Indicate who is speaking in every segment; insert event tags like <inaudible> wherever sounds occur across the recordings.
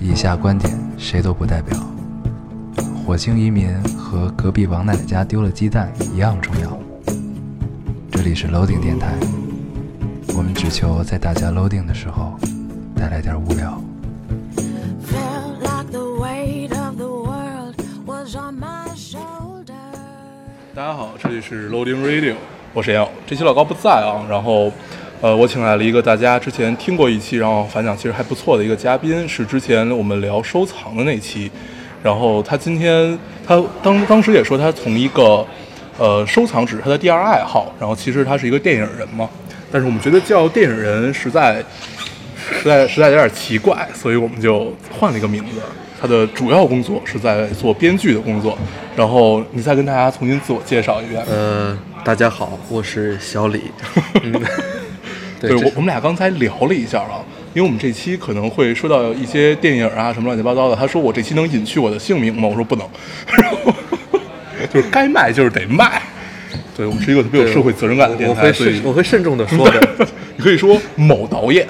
Speaker 1: 以下观点谁都不代表。火星移民和隔壁王奶奶家丢了鸡蛋一样重要。这里是 Loading 电台，我们只求在大家 Loading 的时候带来点无聊。
Speaker 2: Felt like the weight of the world was on my shoulders.
Speaker 3: 大家好，这里是 Loading Radio，我是杨友。这期老高不在啊，然后，呃，我请来了一个大家之前听过一期，然后反响其实还不错的一个嘉宾，是之前我们聊收藏的那期。然后他今天他当当时也说他从一个呃收藏只是他的第二爱好，然后其实他是一个电影人嘛，但是我们觉得叫电影人实在实在实在有点奇怪，所以我们就换了一个名字。他的主要工作是在做编剧的工作，然后你再跟大家重新自我介绍一遍。
Speaker 4: 呃，大家好，我是
Speaker 3: <laughs>
Speaker 4: 小李。嗯，对，
Speaker 3: 对
Speaker 4: 这
Speaker 3: 我我们俩刚才聊了一下啊，因为我们这期可能会说到一些电影啊什么乱七八糟的。他说我这期能隐去我的姓名吗？我说不能， <laughs> 然后就是该卖就是得卖。对我们是一个特别有社会责任感的电
Speaker 4: 我
Speaker 3: 台，
Speaker 4: 会
Speaker 3: 所以
Speaker 4: 慎，我会慎重的说的。
Speaker 3: <laughs> 你可以说某导演，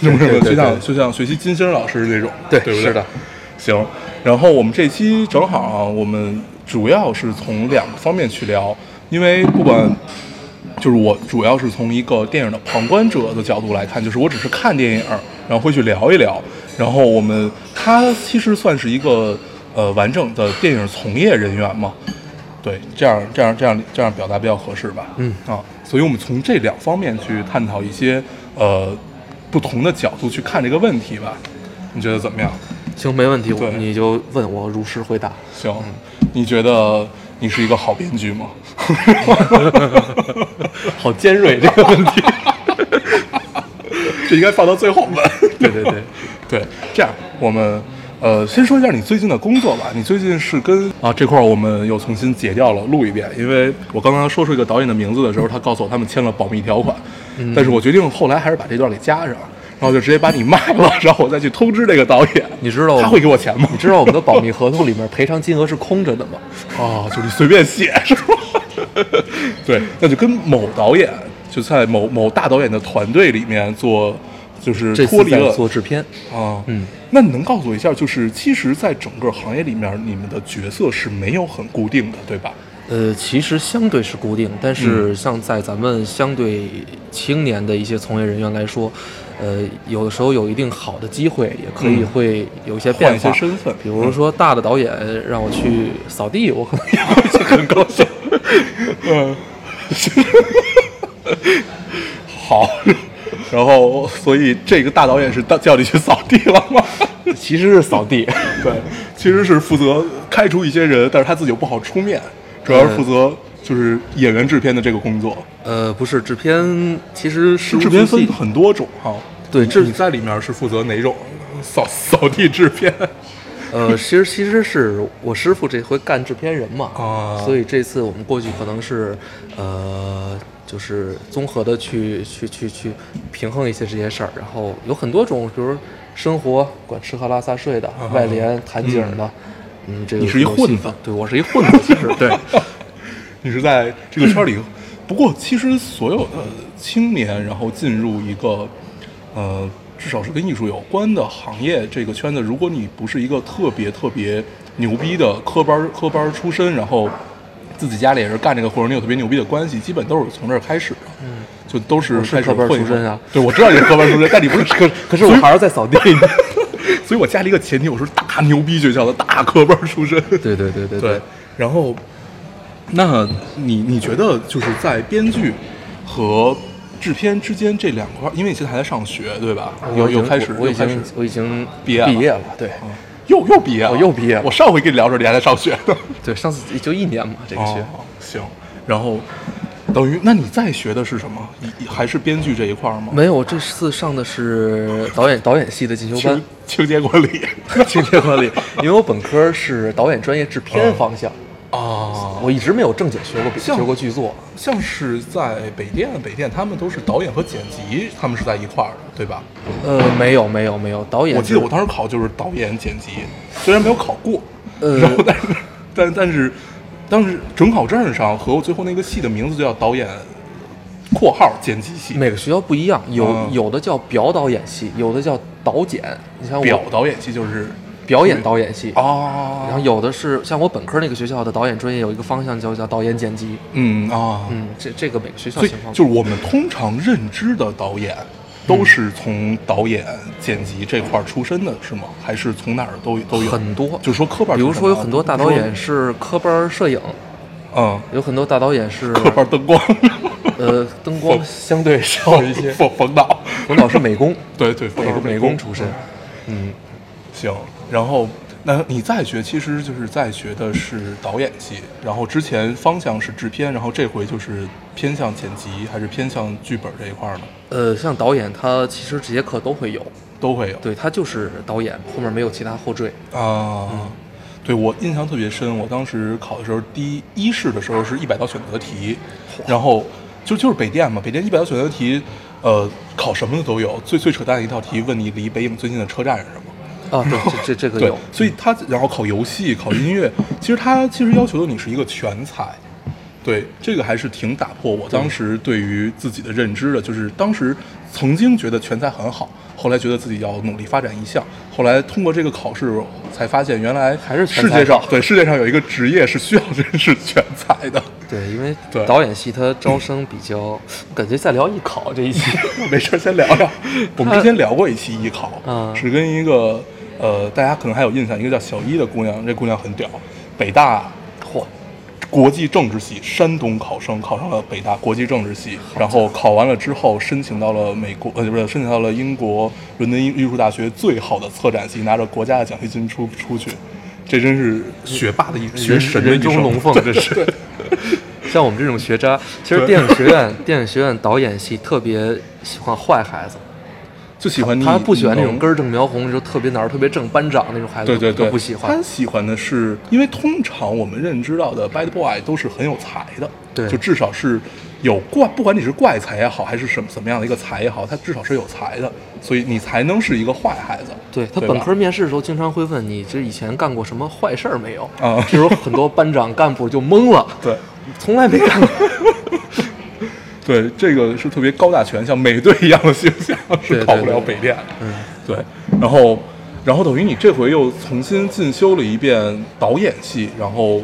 Speaker 3: 是不是？
Speaker 4: 对对
Speaker 3: 就像
Speaker 4: 对
Speaker 3: 就像学习金星老师那种，
Speaker 4: 对
Speaker 3: 对不对？
Speaker 4: 是的。
Speaker 3: 行，然后我们这期正好啊，我们主要是从两个方面去聊，因为不管就是我主要是从一个电影的旁观者的角度来看，就是我只是看电影，然后会去聊一聊。然后我们他其实算是一个呃完整的电影从业人员嘛，对，这样这样这样这样表达比较合适吧？嗯啊，所以我们从这两方面去探讨一些呃不同的角度去看这个问题吧，你觉得怎么样？
Speaker 4: 行，没问题，我
Speaker 3: 对
Speaker 4: 你就问我如实回答。
Speaker 3: <laughs> 行，
Speaker 4: 嗯
Speaker 3: 你觉得你是一个好编剧吗？
Speaker 4: <laughs> 好尖锐这个问题。
Speaker 3: <laughs> 这应该放到最后
Speaker 4: <laughs>
Speaker 3: 问。
Speaker 4: 对对对，
Speaker 3: <laughs> 对，这样我们呃先说一下你最近的工作吧。你最近是跟啊这块儿我们又重新截掉了录一遍，因为我刚刚说出一个导演的名字的时候，他告诉我他们签了保密条款，
Speaker 4: 嗯
Speaker 3: 但是我决定后来还是把这段给加上，然后就直接把你卖了，然后我再去通知这个导演。
Speaker 4: 你知道
Speaker 3: 他
Speaker 4: 我
Speaker 3: 会
Speaker 4: 们
Speaker 3: 给我钱
Speaker 4: <laughs>
Speaker 3: 吗？
Speaker 4: 你知道我们的保密合同里面赔偿金额是空着的吗？
Speaker 3: 哦，就是随便写是吧？
Speaker 4: <laughs>
Speaker 3: 对，那就跟某导演就在某某大导演的团队里面做，就是
Speaker 4: 这
Speaker 3: 脱
Speaker 4: 次
Speaker 3: 离
Speaker 4: 在
Speaker 3: 了
Speaker 4: 做制片，
Speaker 3: 啊，嗯，那你能告诉我一下，就是其实，在整个行业里面，你们的角色是没有很固定的，对吧？
Speaker 4: 呃，其实相对是固定，但
Speaker 3: 嗯
Speaker 4: 是像在咱们相对青年的一些从业人员来说，呃，有的时候有一定好的机会，也可以
Speaker 3: 嗯
Speaker 4: 会有一些
Speaker 3: 换
Speaker 4: 变
Speaker 3: 一
Speaker 4: 化。
Speaker 3: 些身份，嗯
Speaker 4: 比如说大的导演让我去扫地，我可能也会去很高
Speaker 3: <laughs>
Speaker 4: 兴。
Speaker 3: 嗯，好， <laughs> 然后所以这个大导演是到叫你去扫地了吗？ <laughs>
Speaker 4: 其实是扫地，
Speaker 3: 对，其实是负责开除一些人，但是他自己又不好出面，主要是负责就是演员制片的这个工作。
Speaker 4: 呃，不是制片，其实事无
Speaker 3: 制片
Speaker 4: 巨
Speaker 3: 分
Speaker 4: 细
Speaker 3: 很多种哈、
Speaker 4: 对制
Speaker 3: 你在里面是负责哪种？扫扫地制片。
Speaker 4: 呃，其实其实是我师傅这回干制片人嘛，
Speaker 3: 啊
Speaker 4: 所以这次我们过去可能是呃，就是综合的去去去去平衡一些这些事儿，然后有很多种，比如生活管吃喝拉撒睡的，外联谈景儿的，嗯，这个
Speaker 3: 啊你是一
Speaker 4: 游戏
Speaker 3: 混子
Speaker 4: 对我是一混子，
Speaker 3: <laughs>
Speaker 4: 其实对，
Speaker 3: 你是在这个圈儿里。不过，其实所有的青年，然后进入一个，呃，至少是跟艺术有关的行业这个圈子，如果你不是一个特别特别牛逼的科班儿科班儿出身，然后自己家里也是干这个，或者你有特别牛逼的关系，基本都是从这儿开始的。嗯，就都是
Speaker 4: 我是
Speaker 3: 开始
Speaker 4: 科班儿
Speaker 3: 混
Speaker 4: 出
Speaker 3: 一混
Speaker 4: 身啊
Speaker 3: 对，我知道你是科班儿出
Speaker 4: <laughs>
Speaker 3: 身，但你不是
Speaker 4: 可可是我还是
Speaker 3: <laughs>
Speaker 4: 在扫地。
Speaker 3: 所以 <laughs> 我加了一个前提，我是大牛逼学校的大科班儿出身。
Speaker 4: 对对对对
Speaker 3: 对，然后，那你你觉得就是在编剧和制片之间这两块儿，因为你现在还在上学，对吧？
Speaker 4: 哦我
Speaker 3: 又
Speaker 4: 已经
Speaker 3: 又开始，
Speaker 4: 我已
Speaker 3: 又开始
Speaker 4: 经，我已经
Speaker 3: 毕业了
Speaker 4: 毕业了，对
Speaker 3: 嗯又又毕业了，
Speaker 4: 我又毕业了
Speaker 3: 我上回跟你聊的时候，你还在上学
Speaker 4: <laughs>
Speaker 3: 呢。
Speaker 4: 对，上次就一年嘛，这个学
Speaker 3: 哦，行，然后等于那你在学的是什么？你还是编剧这一块儿吗？
Speaker 4: 没有，我这次上的是导演导演系的进修班
Speaker 3: 清。清洁管
Speaker 4: <laughs>
Speaker 3: 理 <laughs>
Speaker 4: 经济管理，因为我本科是导演专业制片方向，
Speaker 3: 啊，
Speaker 4: 我一直没有正经学过学过剧作。
Speaker 3: 像是在北电，北电他们都是导演和剪辑，他们是在一块儿的，对吧？
Speaker 4: 呃，没有没有没有，导演
Speaker 3: 我记得我
Speaker 4: 是
Speaker 3: 当时考就是导演剪辑，虽然没有考过，
Speaker 4: 呃
Speaker 3: 然后但是但但是当时准考证上和我最后那个戏的名字就叫导演（括号剪辑系
Speaker 4: 每个学校不一样，有、
Speaker 3: 嗯
Speaker 4: 有的叫表导演系，有的叫导检。你像），我
Speaker 3: 表导演系就是
Speaker 4: 表演导演系，
Speaker 3: 哦，
Speaker 4: 然后有的是像我本科那个学校的导演专业有一个方向叫叫导演剪辑。
Speaker 3: 嗯啊，
Speaker 4: 嗯，这这个每个学校
Speaker 3: 所以
Speaker 4: 情况不
Speaker 3: 就是我们通常认知的导演，
Speaker 4: 嗯
Speaker 3: 都是从导演、剪辑这块儿出身的，是吗？还是从哪儿都都有？
Speaker 4: 很多
Speaker 3: 就是说科班儿出身的啊。
Speaker 4: 比如说有很多大导演
Speaker 3: 比
Speaker 4: 是科班摄影，
Speaker 3: 如说，嗯，
Speaker 4: 有很多大导演 <laughs> 是
Speaker 3: 科班儿灯光，
Speaker 4: 呃灯光 <laughs> 相对少一些。
Speaker 3: 冯冯导，
Speaker 4: 哦冯导是美 <laughs> 工，
Speaker 3: 对对，冯
Speaker 4: 也
Speaker 3: 导
Speaker 4: 是
Speaker 3: 是
Speaker 4: 美工
Speaker 3: 工
Speaker 4: 出身。嗯，
Speaker 3: 行，然后那你在学其实就是在学的是导演系，然后之前方向是制片，然后这回就是偏向剪辑还是偏向剧本这一块儿呢？
Speaker 4: 呃，像导演他其实这些课都会有，
Speaker 3: 都会有。
Speaker 4: 对他就是导演，后面没有其他后缀。
Speaker 3: 啊，对我印象特别深。我当时考的时候，第一一试的时候是一百道选择题，然后就就是北电嘛，北电一百道选择题，呃，考什么的都有。最最扯淡的一道题问你离北影最近的车站是什么。
Speaker 4: 啊，对， <laughs> 这这这个
Speaker 3: 对
Speaker 4: 有，，
Speaker 3: 所以他然后考游戏、考音乐，其实他其实要求的你是一个全才。对，这个还是挺打破我当时对于自己的认知的，就是当时曾经觉得全才很好，后来觉得自己要努力发展一项，后来通过这个考试才发现，原来
Speaker 4: 还是全
Speaker 3: 世
Speaker 4: 才
Speaker 3: 界上对世界上有一个职业是需要人是全才的，
Speaker 4: 对，因为
Speaker 3: 对
Speaker 4: 导演系它招生比较，我 <laughs> 感觉再聊艺考这一 <laughs> 期。
Speaker 3: <laughs> 没事儿，先聊
Speaker 4: <laughs>
Speaker 3: 聊。我们之前聊过一期艺考，
Speaker 4: 嗯
Speaker 3: 是跟一个呃，大家可能还有印象，一个叫小一的姑娘，这姑娘很屌，北大
Speaker 4: 嚯，
Speaker 3: 国际政治系，山东考生考上了北大国际政治系，然后考完了之后申请到了美国，呃，不是申请到了英国伦敦艺术大学最好的策展系，拿着国家的奖学金出出去，这真是学霸的一学神的一
Speaker 4: 人中
Speaker 3: 生
Speaker 4: 龙凤
Speaker 3: 真的是。
Speaker 4: <laughs> 像我们这种学渣，其实
Speaker 3: 对
Speaker 4: 电影学院 <laughs> 电影学院导演系特别喜欢坏孩子，
Speaker 3: 就喜欢你，
Speaker 4: 他不喜欢那种
Speaker 3: 你能
Speaker 4: 根儿正苗红，就特别哪儿特别正班长那种孩子，
Speaker 3: 对对
Speaker 4: 都
Speaker 3: 对，
Speaker 4: 不喜欢
Speaker 3: 他。喜欢的是，因为通常我们认知到的 bad boy 都是很有才的，
Speaker 4: 对
Speaker 3: 就至少是有怪，不管你是怪才也好，还是什么怎么样的一个才也好，他至少是有才的，所以你才能是一个坏孩子。
Speaker 4: 对他
Speaker 3: 对
Speaker 4: 本
Speaker 3: 吧
Speaker 4: 科面试的时候，经常会问你这以前干过什么坏事儿没有？
Speaker 3: 啊
Speaker 4: 这时候很多班长干部就懵了，
Speaker 3: 对
Speaker 4: 从来没干过。
Speaker 3: 对，这个是特别高大全，像美队一样的形象 <laughs> 是跑不了北电。
Speaker 4: 嗯，
Speaker 3: 对，然后，然后等于你这回又重新进修了一遍导演系，然后，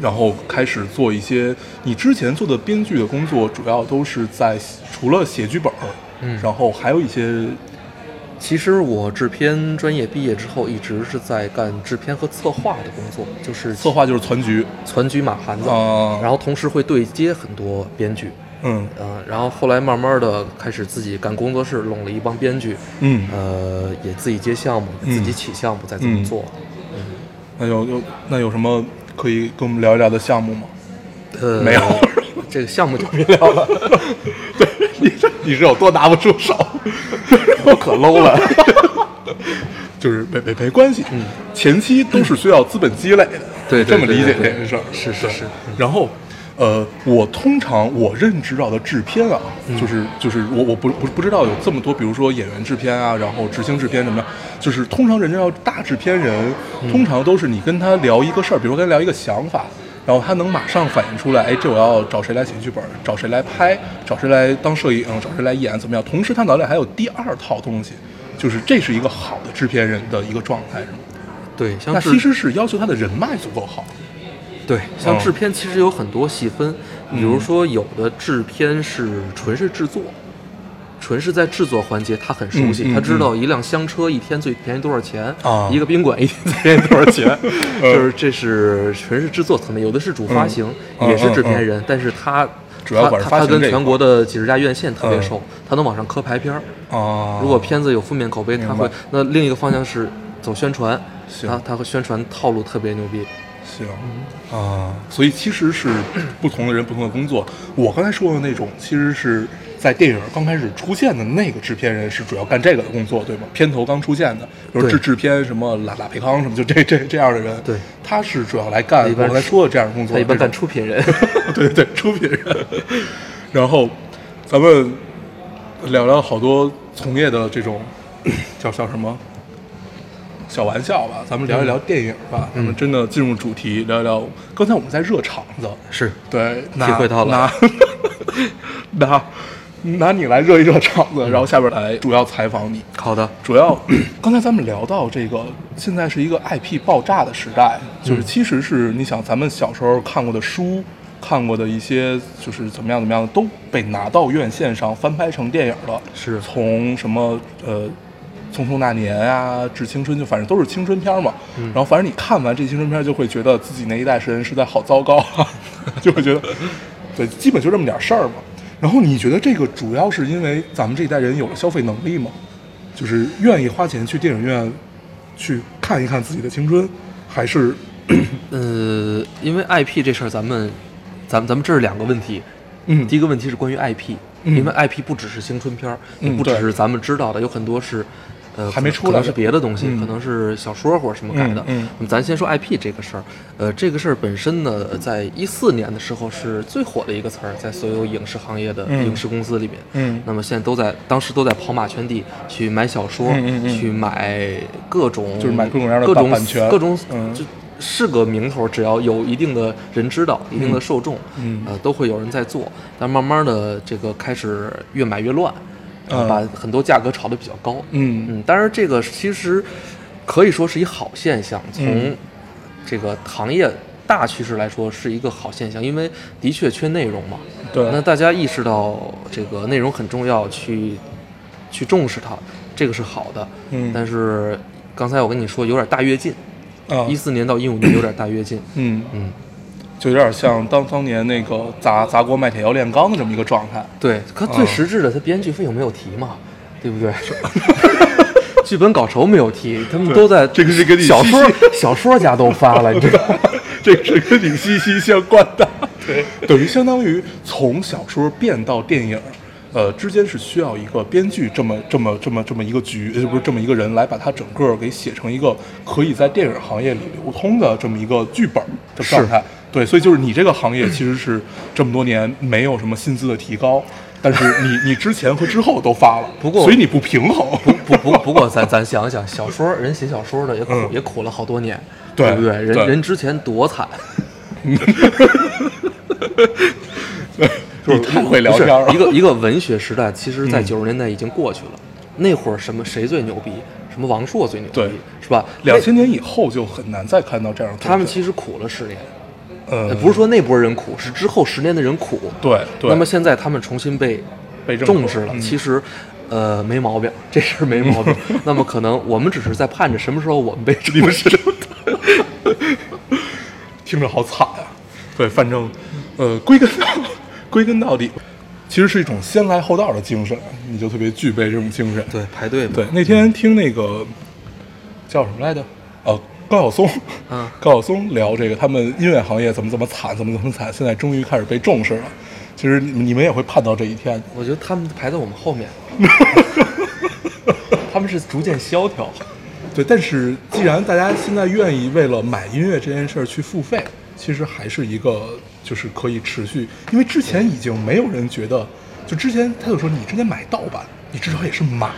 Speaker 3: 然后开始做一些你之前做的编剧的工作，主要都是在除了写剧本，
Speaker 4: 嗯
Speaker 3: 然后还有一些
Speaker 4: <laughs> 其实我制片专业毕业之后，一直是在干制片和策划的工作，就是
Speaker 3: 策划，就是攒局
Speaker 4: 攒局马盘子，
Speaker 3: 啊
Speaker 4: 然后同时会对接很多编剧，
Speaker 3: 嗯
Speaker 4: 嗯、然后后来慢慢的开始自己干工作室，拢了一帮编剧，
Speaker 3: 嗯，
Speaker 4: 呃，也自己接项目，也自己起项目，再怎么
Speaker 3: 嗯
Speaker 4: 做，
Speaker 3: 那有有那有什么可以跟我们聊一聊的项目吗？
Speaker 4: 呃，
Speaker 3: 没有， <laughs>
Speaker 4: 这个项目就别聊 <laughs> 了，
Speaker 3: 对，你这你是有多拿不出手？我可 low 了。就是没没没关系，前期都是需要资本积累的，
Speaker 4: 嗯对
Speaker 3: 这
Speaker 4: 对
Speaker 3: 么理解
Speaker 4: 对对
Speaker 3: 这
Speaker 4: 对
Speaker 3: 件事儿，
Speaker 4: 是是
Speaker 3: 对
Speaker 4: 是嗯
Speaker 3: 然后，呃，我通常我认知到的制片啊，
Speaker 4: 嗯
Speaker 3: 就是就是我我不不不知道有这么多，比如说演员制片啊，然后执行制片什么的，就是通常人知道大制片人，
Speaker 4: 嗯
Speaker 3: 通常都是你跟他聊一个事儿，比如跟他聊一个想法。然后他能马上反映出来，哎，这我要找谁来写剧本，找谁来拍，找谁来当摄影，找谁来演，怎么样？同时，他脑袋里还有第二套东西，就是这是一个好的制片人的一个状态，是吗？
Speaker 4: 对，像
Speaker 3: 那
Speaker 4: 制
Speaker 3: 其实是要求他的人脉足够好。
Speaker 4: 对，像
Speaker 3: 嗯
Speaker 4: 制片其实有很多细分，比如说有的制片是纯是制作，纯是在制作环节他很熟悉，
Speaker 3: 嗯嗯
Speaker 4: 他知道一辆香车一天最便宜多少钱，
Speaker 3: 啊
Speaker 4: 一个宾馆一天最便宜多少
Speaker 3: <laughs>
Speaker 4: 钱，就是这是纯是制作层面，有的是主发行，
Speaker 3: 嗯
Speaker 4: 也是
Speaker 3: 嗯
Speaker 4: 制片
Speaker 3: 嗯
Speaker 4: 人，但是他。
Speaker 3: 主要
Speaker 4: 他
Speaker 3: 管
Speaker 4: 他
Speaker 3: 发
Speaker 4: 他
Speaker 3: 行
Speaker 4: 跟
Speaker 3: 这一
Speaker 4: 全
Speaker 3: 块
Speaker 4: 国的几十家院线特别
Speaker 3: 嗯
Speaker 4: 熟，他能往上磕排片儿。
Speaker 3: 啊
Speaker 4: 如果片子有负面口碑，他
Speaker 3: 明
Speaker 4: 会
Speaker 3: 白
Speaker 4: 那另一个方向是走宣传，
Speaker 3: 行
Speaker 4: 他他会宣传套路特别牛逼。
Speaker 3: 行啊，所以其实是不同的人、不同的工作。我刚才说的那种，其实是在电影刚开始出现的那个制片人是主要干这个的工作，对吗？片头刚出现的，比如
Speaker 4: 对
Speaker 3: 制制片什么拉拉培康什么，就这这这样的人，
Speaker 4: 对，
Speaker 3: 他是主要来干
Speaker 4: 他一
Speaker 3: 我
Speaker 4: 般
Speaker 3: 刚才说的这样的工作。
Speaker 4: 他一般
Speaker 3: 这
Speaker 4: 干
Speaker 3: 种
Speaker 4: 出
Speaker 3: <laughs>
Speaker 4: 品人。
Speaker 3: 对对对，出品人。然后咱们聊聊好多从业的这种叫叫什么小玩笑吧，咱们聊一聊电影吧。咱们真的进入主题，聊一聊。刚才我们在热场子，
Speaker 4: 是
Speaker 3: 对，拿
Speaker 4: 体会到了
Speaker 3: 拿。 <laughs> 拿拿你来热一热场子，然后下边来主要采访你。
Speaker 4: 好的，
Speaker 3: 主要 <clears throat> 刚才咱们聊到这个，现在是一个 IP 爆炸的时代，就是其实是你想咱们小时候看过的书。看过的一些就是怎么样怎么样都被拿到院线上翻拍成电影了，
Speaker 4: 是
Speaker 3: 从什么呃《匆匆那年》啊，《致青春》，就反正都是青春片嘛。然后反正你看完这青春片，就会觉得自己那一代人实在好糟糕啊， <laughs> 就会觉得，对，基本就这么点事儿嘛。然后你觉得这个主要是因为咱们这一代人有了消费能力吗？就是愿意花钱去电影院去看一看自己的青春，还是
Speaker 4: 呃，因为 IP 这事儿，咱们，咱们咱们这是两个问题。
Speaker 3: 嗯
Speaker 4: 第一个问题是关于 IP，、
Speaker 3: 嗯
Speaker 4: 因为 IP 不只是青春片儿，
Speaker 3: 嗯
Speaker 4: 也不只
Speaker 3: 对
Speaker 4: 是咱们知道的，有很多是，呃，
Speaker 3: 还没
Speaker 4: 可
Speaker 3: 出来
Speaker 4: 可能
Speaker 3: 的
Speaker 4: 是别的东西，
Speaker 3: 嗯
Speaker 4: 可能是小说或者什么改的。
Speaker 3: 嗯嗯
Speaker 4: 那么咱先说 IP 这个事儿，呃，这个事儿本身呢，在一四年的时候是最火的一个词儿，在所有影视行业的
Speaker 3: 嗯
Speaker 4: 影视公司里面。
Speaker 3: 嗯
Speaker 4: 那么现在都在，当时都在跑马圈地去买小说，
Speaker 3: 嗯嗯嗯
Speaker 4: 去买各种，
Speaker 3: 就是买各种各样的
Speaker 4: 各
Speaker 3: 版版权
Speaker 4: 各种
Speaker 3: 嗯
Speaker 4: 就就是个名头，只要有一定的人知道，一定的受众，
Speaker 3: 嗯
Speaker 4: 呃，都会有人在做。但慢慢的，这个开始越买越乱，呃
Speaker 3: 嗯
Speaker 4: 把很多价格炒得比较高。
Speaker 3: 嗯
Speaker 4: 嗯，当然这个其实可以说是一好现象，从
Speaker 3: 嗯
Speaker 4: 这个行业大趋势来说是一个好现象，因为的确缺内容嘛。
Speaker 3: 对
Speaker 4: 那大家意识到这个内容很重要，去去重视它，这个是好的。
Speaker 3: 嗯
Speaker 4: 但是刚才我跟你说有点大跃进，
Speaker 3: 啊
Speaker 4: 一四、年到一五年有点大跃进。
Speaker 3: 嗯
Speaker 4: 嗯，
Speaker 3: 就有点像当当年那个砸砸锅卖铁要炼钢的这么一个状态。
Speaker 4: 对，可最实质的，他编剧费用没有提嘛，对不对？ <laughs> 剧本稿酬没有提，他们都在
Speaker 3: 这个是跟你
Speaker 4: 小
Speaker 3: 息
Speaker 4: 说
Speaker 3: 息
Speaker 4: 小说家都发了，你知道吗？ <laughs>
Speaker 3: <laughs> 这个是跟你息息相关的。对，等于相当于从小说变到电影，呃，之间是需要一个编剧这么这么这么这么一个局，呃，不是这么一个人来把它整个给写成一个可以在电影行业里流通的这么一个剧本的状态。对，所以就是你这个行业其实是这么多年没有什么薪资的提高，但是你你之前和之后都发了，
Speaker 4: 不过
Speaker 3: 所以你不平衡。
Speaker 4: 不不不过咱咱想想，小说人写小说的也苦、
Speaker 3: 嗯
Speaker 4: 也苦了好多年，
Speaker 3: 对
Speaker 4: 不对？人
Speaker 3: 对
Speaker 4: 人之前多惨，
Speaker 3: 你太会聊
Speaker 4: <laughs> 不是
Speaker 3: 天了，
Speaker 4: <laughs> 一个一个文学时代，其实在
Speaker 3: 嗯
Speaker 4: 九十年代已经过去了。那会儿什么谁最牛逼？什么王朔最牛逼
Speaker 3: 对？
Speaker 4: 是吧？
Speaker 3: 两千年以后就很难再看到这样的
Speaker 4: 那他们
Speaker 3: 实
Speaker 4: 其实苦了十年，
Speaker 3: 呃
Speaker 4: 呃不是说那波人苦，是之后十年的人苦。
Speaker 3: 对对，
Speaker 4: 那么现在他们重新被
Speaker 3: 被认可
Speaker 4: 重视了，
Speaker 3: 嗯
Speaker 4: 其实，呃，没毛病，这事儿没毛
Speaker 3: <laughs>
Speaker 4: 病。那么可能我们只是在盼着什么时候我们被重视。
Speaker 3: 听着好惨啊。对，反正，呃，归根到归根到底，其实是一种先来后到的精神，你就特别具备这种精神。
Speaker 4: 对，排队嘛。
Speaker 3: 对，那天听那个叫什么来着？呃，高晓松，
Speaker 4: 嗯
Speaker 3: 高晓松聊这个，他们音乐行业怎么怎么惨，怎么怎么惨，现在终于开始被重视了。其实你你们也会盼到这一天。 <laughs>
Speaker 4: 我觉得他们排在我们后面，他们是逐渐萧条。
Speaker 3: 对，但是既然大家现在愿意为了买音乐这件事儿去付费，其实还是一个就是可以持续，因为之前已经没有人觉得，就之前他就说你之前买盗版，你至少也是买，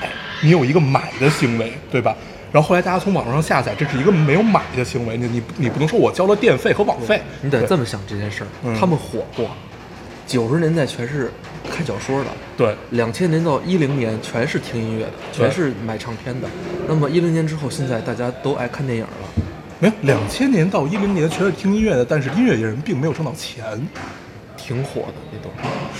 Speaker 3: 你有一个买的行为，对吧？然后后来大家从网上下载，这是一个没有买的行为，你你你不能说我交了电费和网费，
Speaker 4: 你得
Speaker 3: 对
Speaker 4: 这么想这件事儿
Speaker 3: 嗯，
Speaker 4: 他们火过，九十年代全是看小说的，
Speaker 3: 对
Speaker 4: 两千年到一零年全是听音乐的，
Speaker 3: 对
Speaker 4: 全是买唱片的。那么一零年之后，现在大家都爱看电影了。
Speaker 3: 没有两千年到一零年全是听音乐的，但是音乐人并没有挣到钱，
Speaker 4: 挺火的那段，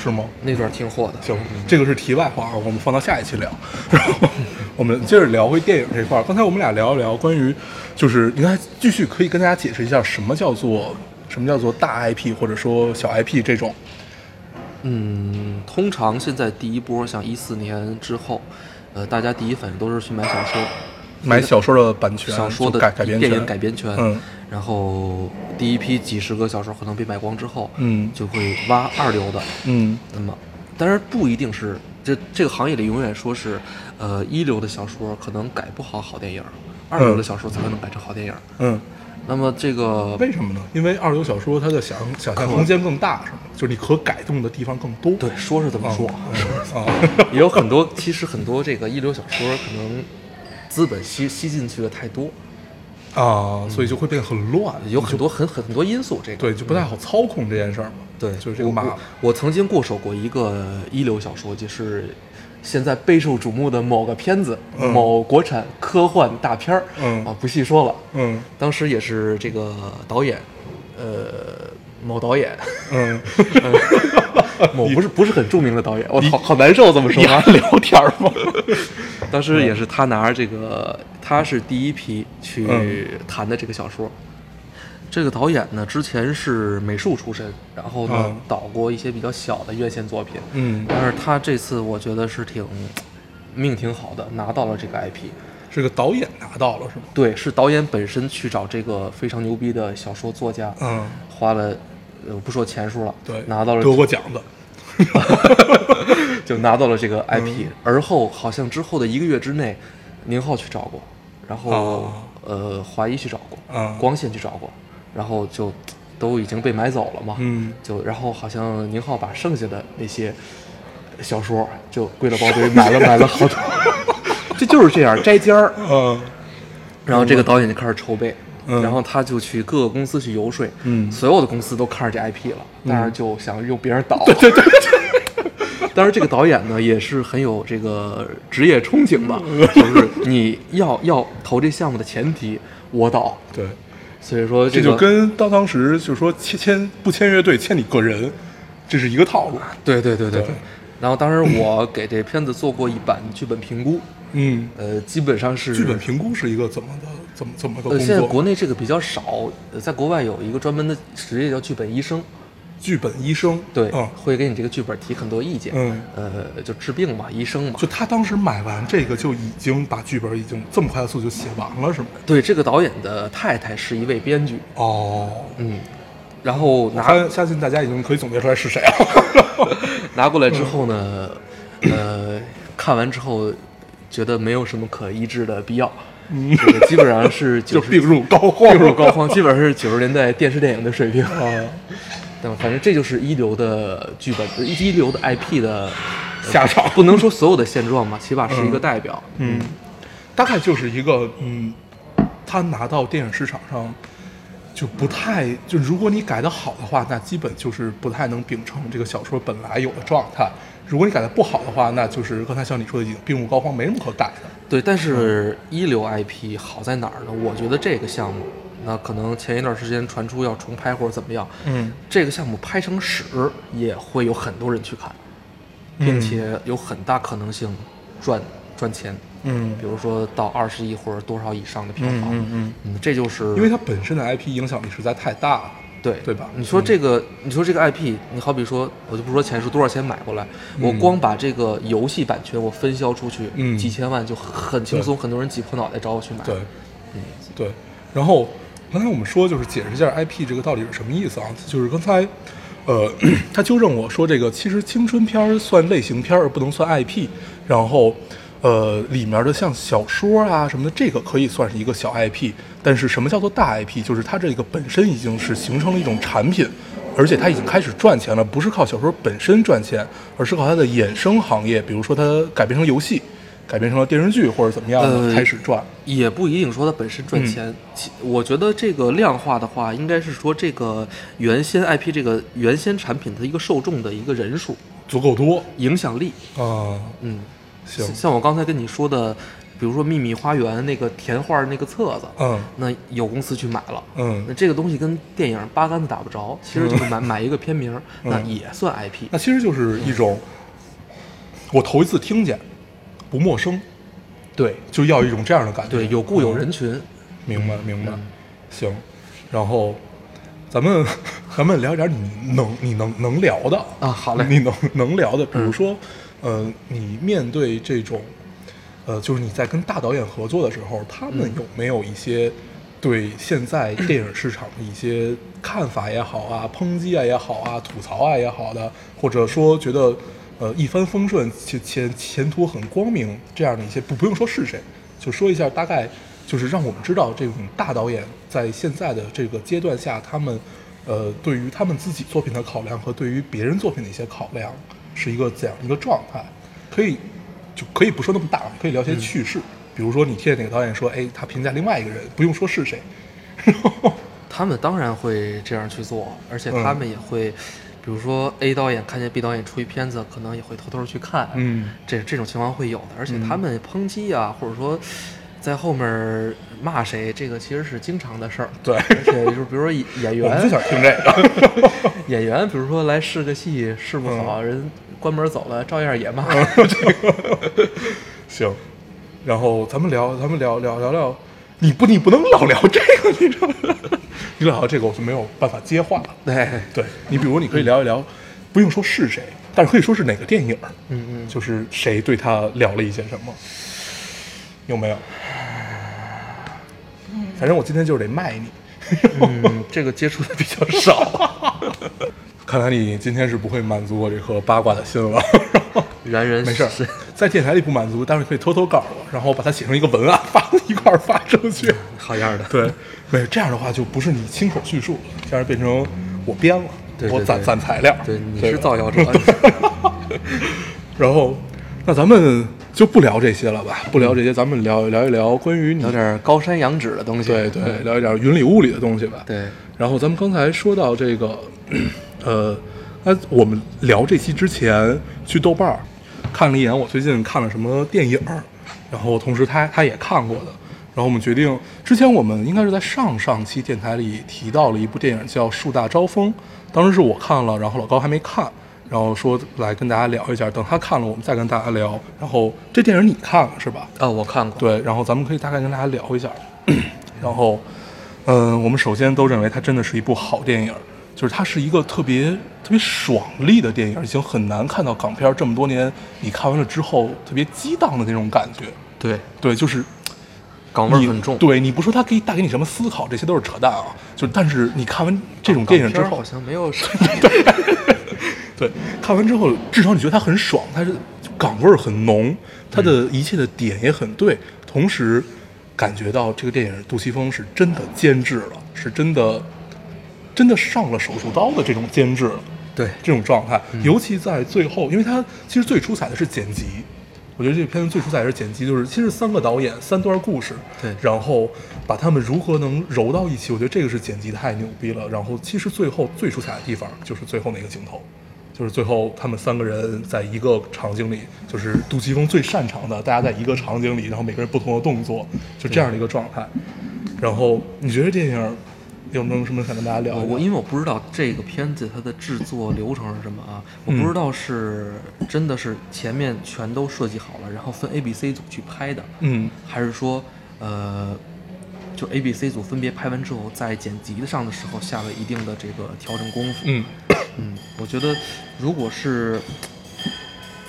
Speaker 3: 是吗？
Speaker 4: 那段挺火的。
Speaker 3: 行，这个是题外话啊，我们放到下一期聊。然后我们接着聊回电影这块儿。刚才我们俩聊一聊关于，就是你看，继续可以跟大家解释一下什么叫做什么叫做大 IP 或者说小 IP 这种。
Speaker 4: 嗯，通常现在第一波像一四年之后，呃，大家第一反应都是去买小说，
Speaker 3: 买小说的版权，
Speaker 4: 小说的
Speaker 3: 就改改编
Speaker 4: 电影
Speaker 3: 权，
Speaker 4: 改编权，
Speaker 3: 嗯
Speaker 4: 然后第一批几十个小说可能被买光之后，
Speaker 3: 嗯
Speaker 4: 就会挖二流的，
Speaker 3: 嗯
Speaker 4: 那么当然不一定是这这个行业里永远说是，呃，一流的小说可能改不好好电影，二流的小说才可能改成好电影。
Speaker 3: 嗯，
Speaker 4: 那么这个
Speaker 3: 为什么呢？因为二流小说它的想想象空间更大，是吗？就是你可改动的地方更多。
Speaker 4: 对说是这么
Speaker 3: 嗯，
Speaker 4: 说，
Speaker 3: <laughs> 嗯啊，
Speaker 4: 也有很多，其实很多这个一流小说可能资本吸吸进去的太多，
Speaker 3: 啊，所以就会变得很乱，
Speaker 4: 有很多很很很多因素，这个
Speaker 3: 对就不太好操控这件事儿嘛。
Speaker 4: 对，
Speaker 3: 就是这个
Speaker 4: 我
Speaker 3: 麻
Speaker 4: 我
Speaker 3: 烦。
Speaker 4: 我曾经固守过一个一流小说，就是现在备受瞩目的某个片子，
Speaker 3: 嗯
Speaker 4: 某国产科幻大片儿，
Speaker 3: 嗯
Speaker 4: 啊，不细说了。
Speaker 3: 嗯
Speaker 4: 当时也是这个导演，呃，某导演，
Speaker 3: 嗯， <laughs>
Speaker 4: 某不是不是很著名的导演，我好好难受这么说
Speaker 3: 你
Speaker 4: 啊
Speaker 3: 还。聊天儿吗？
Speaker 4: <laughs> 当时也是他拿着这个，他是第一批去
Speaker 3: 嗯
Speaker 4: 谈的这个小说。这个导演呢，之前是美术出身，然后呢、
Speaker 3: 嗯
Speaker 4: 导过一些比较小的院线作品，
Speaker 3: <laughs> 嗯，
Speaker 4: 但是他这次我觉得是挺命挺好的，拿到了这个 IP。
Speaker 3: 是个导演拿到了是吗？
Speaker 4: 对，是导演本身去找这个非常牛逼的小说作家，
Speaker 3: 嗯，
Speaker 4: 花了，呃，我不说钱数了，
Speaker 3: 对，
Speaker 4: 拿到了
Speaker 3: 得过奖的。
Speaker 4: 就拿到了这个 IP，、而后好像之后的一个月之内，宁浩去找过，然后、
Speaker 3: 哦
Speaker 4: 呃华谊去找过，
Speaker 3: 嗯
Speaker 4: 光线去找过，然后就都已经被买走了嘛，
Speaker 3: 嗯
Speaker 4: 就然后好像宁浩把剩下的那些小说就归了包堆买了买了好多， <laughs> 这就是这样摘尖儿，
Speaker 3: 嗯
Speaker 4: 然后这个导演就开始筹备，
Speaker 3: 嗯
Speaker 4: 然后他就去各个公司去游说，
Speaker 3: 嗯
Speaker 4: 所有的公司都看着这 IP 了，但是就想用别人
Speaker 3: <laughs>
Speaker 4: 导，对对对 <laughs> 当然，这个导演呢也是很有这个职业憧憬吧，
Speaker 3: 嗯
Speaker 4: 就是你要要投这项目的前提，我导，
Speaker 3: 对，
Speaker 4: 所以说
Speaker 3: 这
Speaker 4: 这
Speaker 3: 就
Speaker 4: 个
Speaker 3: 跟当当时就说签签不签乐队签你个人，这是一个套路。
Speaker 4: 对对对对
Speaker 3: 对
Speaker 4: 对。然后当时我给这片子做过一版剧本评估，
Speaker 3: 嗯，
Speaker 4: 呃，基本上是
Speaker 3: 剧本评估是一个怎么的怎么怎么个
Speaker 4: 呃，
Speaker 3: 工
Speaker 4: 现在
Speaker 3: 作？
Speaker 4: 国内这个比较少，呃在国外有一个专门的职业叫剧本医生，
Speaker 3: 剧本医生
Speaker 4: 对，
Speaker 3: 嗯，
Speaker 4: 会给你这个剧本提很多意见，
Speaker 3: 嗯
Speaker 4: 呃，就治病嘛，医生嘛
Speaker 3: 就，他当时买完这个就已经把剧本已经这么快速就写完了是吗？
Speaker 4: 对，这个导演的太太是一位编剧，
Speaker 3: 哦，
Speaker 4: 嗯，然后
Speaker 3: 我
Speaker 4: 拿
Speaker 3: 看相信大家已经可以总结出来是谁了。 <laughs>
Speaker 4: 拿过来之后呢，
Speaker 3: 嗯
Speaker 4: 呃，看完之后觉得没有什么可医治的必要，嗯，基本
Speaker 3: <laughs>
Speaker 4: 上是
Speaker 3: 就
Speaker 4: 九十
Speaker 3: 病入膏肓，
Speaker 4: 病入膏肓，基本上是九十年代电视电影的水平。
Speaker 3: 啊！
Speaker 4: 但反正这就是一流的剧本，一流的 IP 的呃
Speaker 3: 下场
Speaker 4: 不能说所有的现状吧，起码是一个代表。
Speaker 3: 嗯，大概就是一个嗯，他拿到电影市场上就不太就如果你改得好的话，那基本就是不太能秉承这个小说本来有的状态；如果你改得不好的话，那就是刚才像你说的已经病入膏肓，没什么可改的。
Speaker 4: 对，但是
Speaker 3: 嗯
Speaker 4: 一流 IP 好在哪儿呢？我觉得这个项目，那可能前一段时间传出要重拍或者怎么样，
Speaker 3: 嗯，
Speaker 4: 这个项目拍成屎也会有很多人去看，并且有很大可能性赚赚钱，
Speaker 3: 嗯
Speaker 4: 比如说到二十亿或者多少以上的票房，
Speaker 3: 嗯嗯
Speaker 4: 这就是
Speaker 3: 因为它本身的 IP 影响力实在太大了。
Speaker 4: 对
Speaker 3: 对吧嗯
Speaker 4: 你说这个，你说这个 IP，你好比说，我就不说钱是多少钱买过来，我光把这个游戏版权我分销出去，
Speaker 3: 嗯
Speaker 4: 几千万就很轻松，很多人挤破脑袋找我去买，
Speaker 3: 对，嗯对。然后刚才我们说，就是解释一下 IP 这个到底是什么意思啊？就是刚才，呃， <coughs> 他纠正我说，这个其实青春片儿算类型片儿，而不能算 IP。然后，呃，里面的像小说啊什么的，这个可以算是一个小 IP。但是什么叫做大 IP？就是它这个本身已经是形成了一种产品。而且它已经开始赚钱了，不是靠小说本身赚钱，而是靠它的衍生行业，比如说它改编成游戏，改编成了电视剧或者怎么样的、
Speaker 4: 呃
Speaker 3: 开始赚。
Speaker 4: 也不一定说它本身赚钱。
Speaker 3: 嗯
Speaker 4: 其我觉得这个量化的话，应该是说这个原先 IP 这个原先产品的一个受众的一个人数
Speaker 3: 足够多
Speaker 4: 影响力。
Speaker 3: 啊。
Speaker 4: 嗯，
Speaker 3: 行
Speaker 4: 像，像我刚才跟你说的，比如说《秘密花园》那个填画那个册子，
Speaker 3: 嗯
Speaker 4: 那有公司去买了，那
Speaker 3: 嗯，
Speaker 4: 这个东西跟电影八竿子打不着，其实就是买、买一个片名，那也算 IP。
Speaker 3: 嗯那其实就是一种我头一次听见，不陌生，
Speaker 4: 对
Speaker 3: 就要一种这样的感觉。嗯
Speaker 4: 对，有固有人嗯群。
Speaker 3: 明白明白，行，然后咱们咱们聊点你能你能能聊的
Speaker 4: 啊好嘞嗯
Speaker 3: 你能能聊的，比如说，呃，你面对这种，呃，就是你在跟大导演合作的时候，他们有没有一些对现在电影市场的一些看法也好啊，抨击啊也好啊，吐槽啊也好的，或者说觉得。呃，一帆风顺，前前前途很光明，这样的一些不不用说是谁，就说一下大概，就是让我们知道这种大导演在现在的这个阶段下，他们呃对于他们自己作品的考量和对于别人作品的一些考量是一个怎样一个状态，可以就可以不说那么大，可以聊些趣事。比如说你贴哪个导演说，哎，他评价另外一个人，不用说是谁，
Speaker 4: 他们当然会这样去做，而
Speaker 3: 嗯
Speaker 4: 且他们也会，比如说 A 导演看见 B 导演出一片子，可能也会偷偷去看，
Speaker 3: 嗯，
Speaker 4: 这这种情况会有的。而且他们抨击啊，或者说在后面骂谁，这个其实是经常的事儿。
Speaker 3: 对，
Speaker 4: 而且就是比如说演
Speaker 3: <laughs>
Speaker 4: 演
Speaker 3: 我们就
Speaker 4: 员，
Speaker 3: 想听这个，
Speaker 4: 演员比如说来试个戏试不好，人关门走了，照样也骂。
Speaker 3: 嗯行，然后咱们聊，咱们聊聊聊聊，你不你不能老聊这个，你知道吗？你老聊这个我就没有办法接话了。
Speaker 4: <laughs> 对，
Speaker 3: 对你，比如你可以聊一聊，不用说是谁，但是可以说是哪个电影，
Speaker 4: 嗯嗯，
Speaker 3: 就是谁对他聊了一些什么，有没有？反正我今天就是得卖你。
Speaker 4: 嗯，这个接触的比较少，
Speaker 3: <laughs> 看来你今天是不会满足我这颗八卦的心
Speaker 4: <laughs>
Speaker 3: 了。
Speaker 4: 燃人
Speaker 3: 没事儿
Speaker 4: <laughs> 是，
Speaker 3: 在电台里不满足，但是可以偷偷告诉我，然后我把它写成一个文案发 <laughs> 一块儿发出去。
Speaker 4: 嗯好样的。
Speaker 3: 对，没有这样的话就不是你亲口叙述了，这样变成我编了，
Speaker 4: 对对
Speaker 3: 我攒
Speaker 4: 对
Speaker 3: 攒材料。
Speaker 4: 对，你
Speaker 3: 对
Speaker 4: 是
Speaker 3: 吧
Speaker 4: 造
Speaker 3: <laughs>
Speaker 4: 谣者。
Speaker 3: 然后，那咱们就不聊这些了吧，不聊这些，咱们聊聊一聊关于你
Speaker 4: 有点高山仰止的东西。
Speaker 3: 对
Speaker 4: 嗯
Speaker 3: 对，聊一点云里雾里的东西吧。，
Speaker 4: 对，
Speaker 3: 然后咱们刚才说到这个， <clears throat> 呃，那我们聊这期之前去豆瓣儿看了一眼我最近看了什么电影儿，然后同时他他也看过的，然后我们决定，之前我们应该是在上上期电台里提到了一部电影叫《树大招风》，当时是我看了，然后老高还没看。然后说来跟大家聊一下，等他看了我们再跟大家聊。然后这电影你看了是吧？
Speaker 4: 啊，我看过。
Speaker 3: 对，然后咱们可以大概跟大家聊一下。 <clears throat> 然后，嗯、我们首先都认为它真的是一部好电影，就是它是一个特别特别爽利的电影，已经很难看到港片这么多年你看完了之后特别激荡的那种感觉。
Speaker 4: 对，
Speaker 3: 对，就是
Speaker 4: 港味
Speaker 3: 你
Speaker 4: 儿很重。，
Speaker 3: 对你不说它可以带给你什么思考，这些都是扯淡啊。就但是你看完这
Speaker 4: 啊
Speaker 3: 种电影之后
Speaker 4: 好，像没 <laughs> 有什么。
Speaker 3: <laughs> 对，看完之后，至少你觉得它很爽，它是港味儿很浓，它的一切的点也很对，同时感觉到这个电影杜琪峰是真的监制了，是真的真的上了手术刀的这种监制了。
Speaker 4: 对
Speaker 3: 这种状态，
Speaker 4: 嗯
Speaker 3: 尤其在最后，因为它其实最出彩的是剪辑，我觉得这片子最出彩的是剪辑，就是其实三个导演三段故事，
Speaker 4: 对
Speaker 3: 然后把他们如何能揉到一起，我觉得这个是剪辑太牛逼了。然后其实最后最出彩的地方就是最后那个镜头，就是最后他们三个人在一个场景里，就是杜琪峰最擅长的，大家在一个场景里，然后每个人不同的动作，就这样的一个状态。然后你觉得电影有没有什么想跟大家聊
Speaker 4: 我
Speaker 3: 一聊？
Speaker 4: 我因为我不知道这个片子它的制作流程是什么啊，我
Speaker 3: 嗯
Speaker 4: 不知道是真的是前面全都设计好了，然后分 A、B、C 组去拍的，
Speaker 3: 嗯
Speaker 4: 还是说呃，就 A、B、C 组分别拍完之后，在剪辑上的时候下了一定的这个调整功夫。
Speaker 3: 嗯
Speaker 4: 嗯，我觉得如果是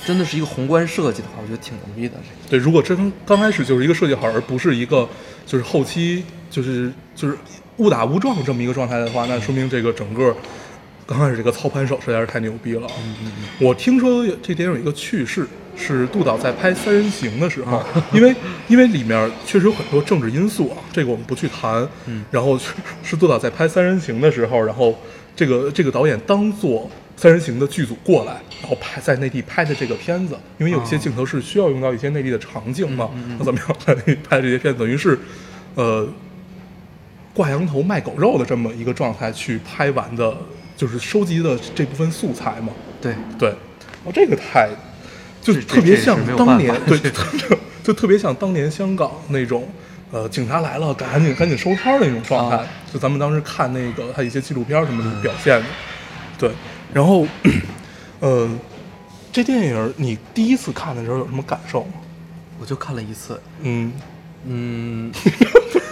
Speaker 4: 真的是一个宏观设计的话，我觉得挺牛逼的。这
Speaker 3: 对，如果真刚开始就是一个设计好，而不是一个就是后期就是就是误打误撞这么一个状态的话，那说明这个整个刚开始这个操盘手实在是太牛逼了啊。我听说这电影有一个趣事，是杜导在拍《三人行》的时候，因为因为里面确实有很多政治因素啊，这个我们不去谈。然后是是杜导在拍《三人行》的时候，然后这个这个导演当做。三人行的剧组过来，然后拍在内地拍的这个片子，因为有些镜头是需要用到一些内地的场景嘛，那怎么样在内地拍这些片子，等于是，呃，挂羊头卖狗肉的这么一个状态去拍完的，就是收集的这部分素材嘛。
Speaker 4: 对，
Speaker 3: 对，哦，这个太就是
Speaker 4: 这
Speaker 3: 特别
Speaker 4: 这
Speaker 3: 像
Speaker 4: 是没有
Speaker 3: 当
Speaker 4: 办
Speaker 3: 年
Speaker 4: 法，
Speaker 3: 对，就特别像当年香港那种，呃，警察来了，赶紧赶紧收摊儿的那种状态。
Speaker 4: 啊嗯
Speaker 3: 就咱们当时看那个他一些纪录片儿什么的表现的，对。然后，呃，这电影儿你第一次看的时候有什么感受吗？
Speaker 4: 我就看了一次，
Speaker 3: 嗯，
Speaker 4: 嗯， <laughs>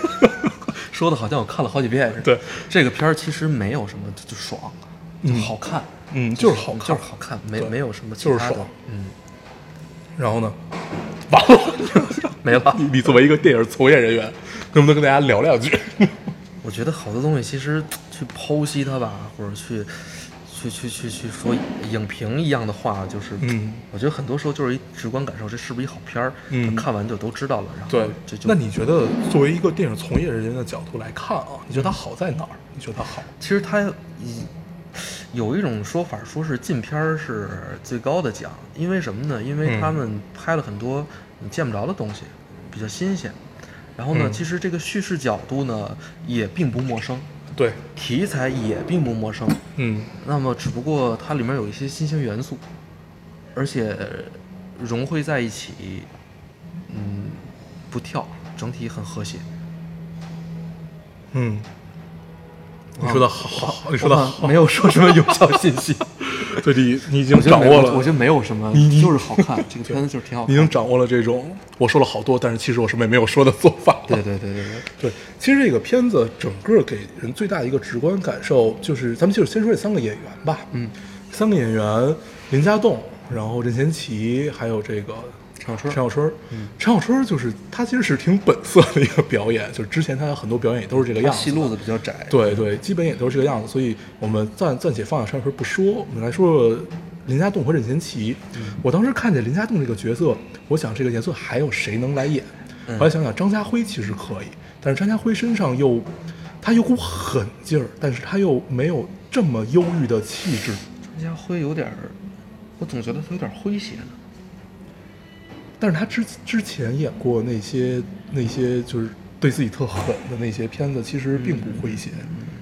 Speaker 4: 说的好像我看了好几遍似的。
Speaker 3: 对，
Speaker 4: 这个片儿其实没有什么就就爽，就
Speaker 3: 嗯
Speaker 4: 好看，
Speaker 3: 嗯就是好看
Speaker 4: 就是好看，没
Speaker 3: 对
Speaker 4: 没有什么其
Speaker 3: 就是
Speaker 4: 他的
Speaker 3: 爽，
Speaker 4: 嗯，
Speaker 3: 然后呢？ <laughs> 完了，
Speaker 4: 没了
Speaker 3: 你。你作为一个电影从业人员，能不能跟大家聊两句？
Speaker 4: 我觉得好多东西其实去剖析它吧，或者去去去去去说影评一样的话，就是，
Speaker 3: 嗯
Speaker 4: 我觉得很多时候就是一直观感受，这是不是一好片儿？
Speaker 3: 嗯
Speaker 4: 看完就都知道了，然后
Speaker 3: 对
Speaker 4: 就，就
Speaker 3: 那你觉得作为一个电影从业人员的角度来看啊，你觉得它好在哪儿？你觉得它好？
Speaker 4: 其实它以有一种说法，说是禁片儿是最高的奖，因为什么呢？因为
Speaker 3: 嗯
Speaker 4: 他们拍了很多你见不着的东西，比较新鲜。然后呢，
Speaker 3: 嗯
Speaker 4: 其实这个叙事角度呢也并不陌生，
Speaker 3: 对，
Speaker 4: 题材也并不陌生。
Speaker 3: 嗯
Speaker 4: 那么，只不过它里面有一些新型元素，而且融汇在一起，嗯，不跳，整体很和谐。
Speaker 3: 嗯，你
Speaker 4: 啊
Speaker 3: 说的好，好你
Speaker 4: 你
Speaker 3: 说的好，
Speaker 4: 没有说什么有效信息，
Speaker 3: 对你你已经
Speaker 4: 我觉得
Speaker 3: 掌
Speaker 4: 没
Speaker 3: 握
Speaker 4: 我
Speaker 3: 了，
Speaker 4: 觉得没有什么
Speaker 3: 你，
Speaker 4: 就是好看，这个片子就是挺好
Speaker 3: 你已
Speaker 4: 看。
Speaker 3: 经掌握了这种我说了好多，但是其实我什么也没有说的做法。
Speaker 4: 对对对对对，
Speaker 3: 对，其实这个片子整个给人最大一个直观感受就是，咱们就是先说这三个演员吧。
Speaker 4: 嗯，
Speaker 3: 三个演员林家栋，然后任贤齐，还有这个
Speaker 4: 陈小
Speaker 3: 陈
Speaker 4: 春，
Speaker 3: 小春。嗯，陈小春就是他其实是挺本色的一个表演，就是之前他有很多表演也都是这个
Speaker 4: 他
Speaker 3: 样子
Speaker 4: 戏
Speaker 3: 的。
Speaker 4: 路子比较窄。
Speaker 3: 对对，基本也都是这个样子，所以我们暂暂且放下上回不说，我们来说说林家栋和任贤齐。我当时看见林家栋这个角色，我想这个角色还有谁能来演？
Speaker 4: 嗯
Speaker 3: 后来想想张家辉其实可以，但是张家辉身上又他有股狠劲儿，但是他又没有这么忧郁的气质。
Speaker 4: 张家辉有点儿，我总觉得他有点儿诙谐呢。
Speaker 3: 但是他之之前演过那些那些就是对自己特狠的那些片子，其实并不诙谐。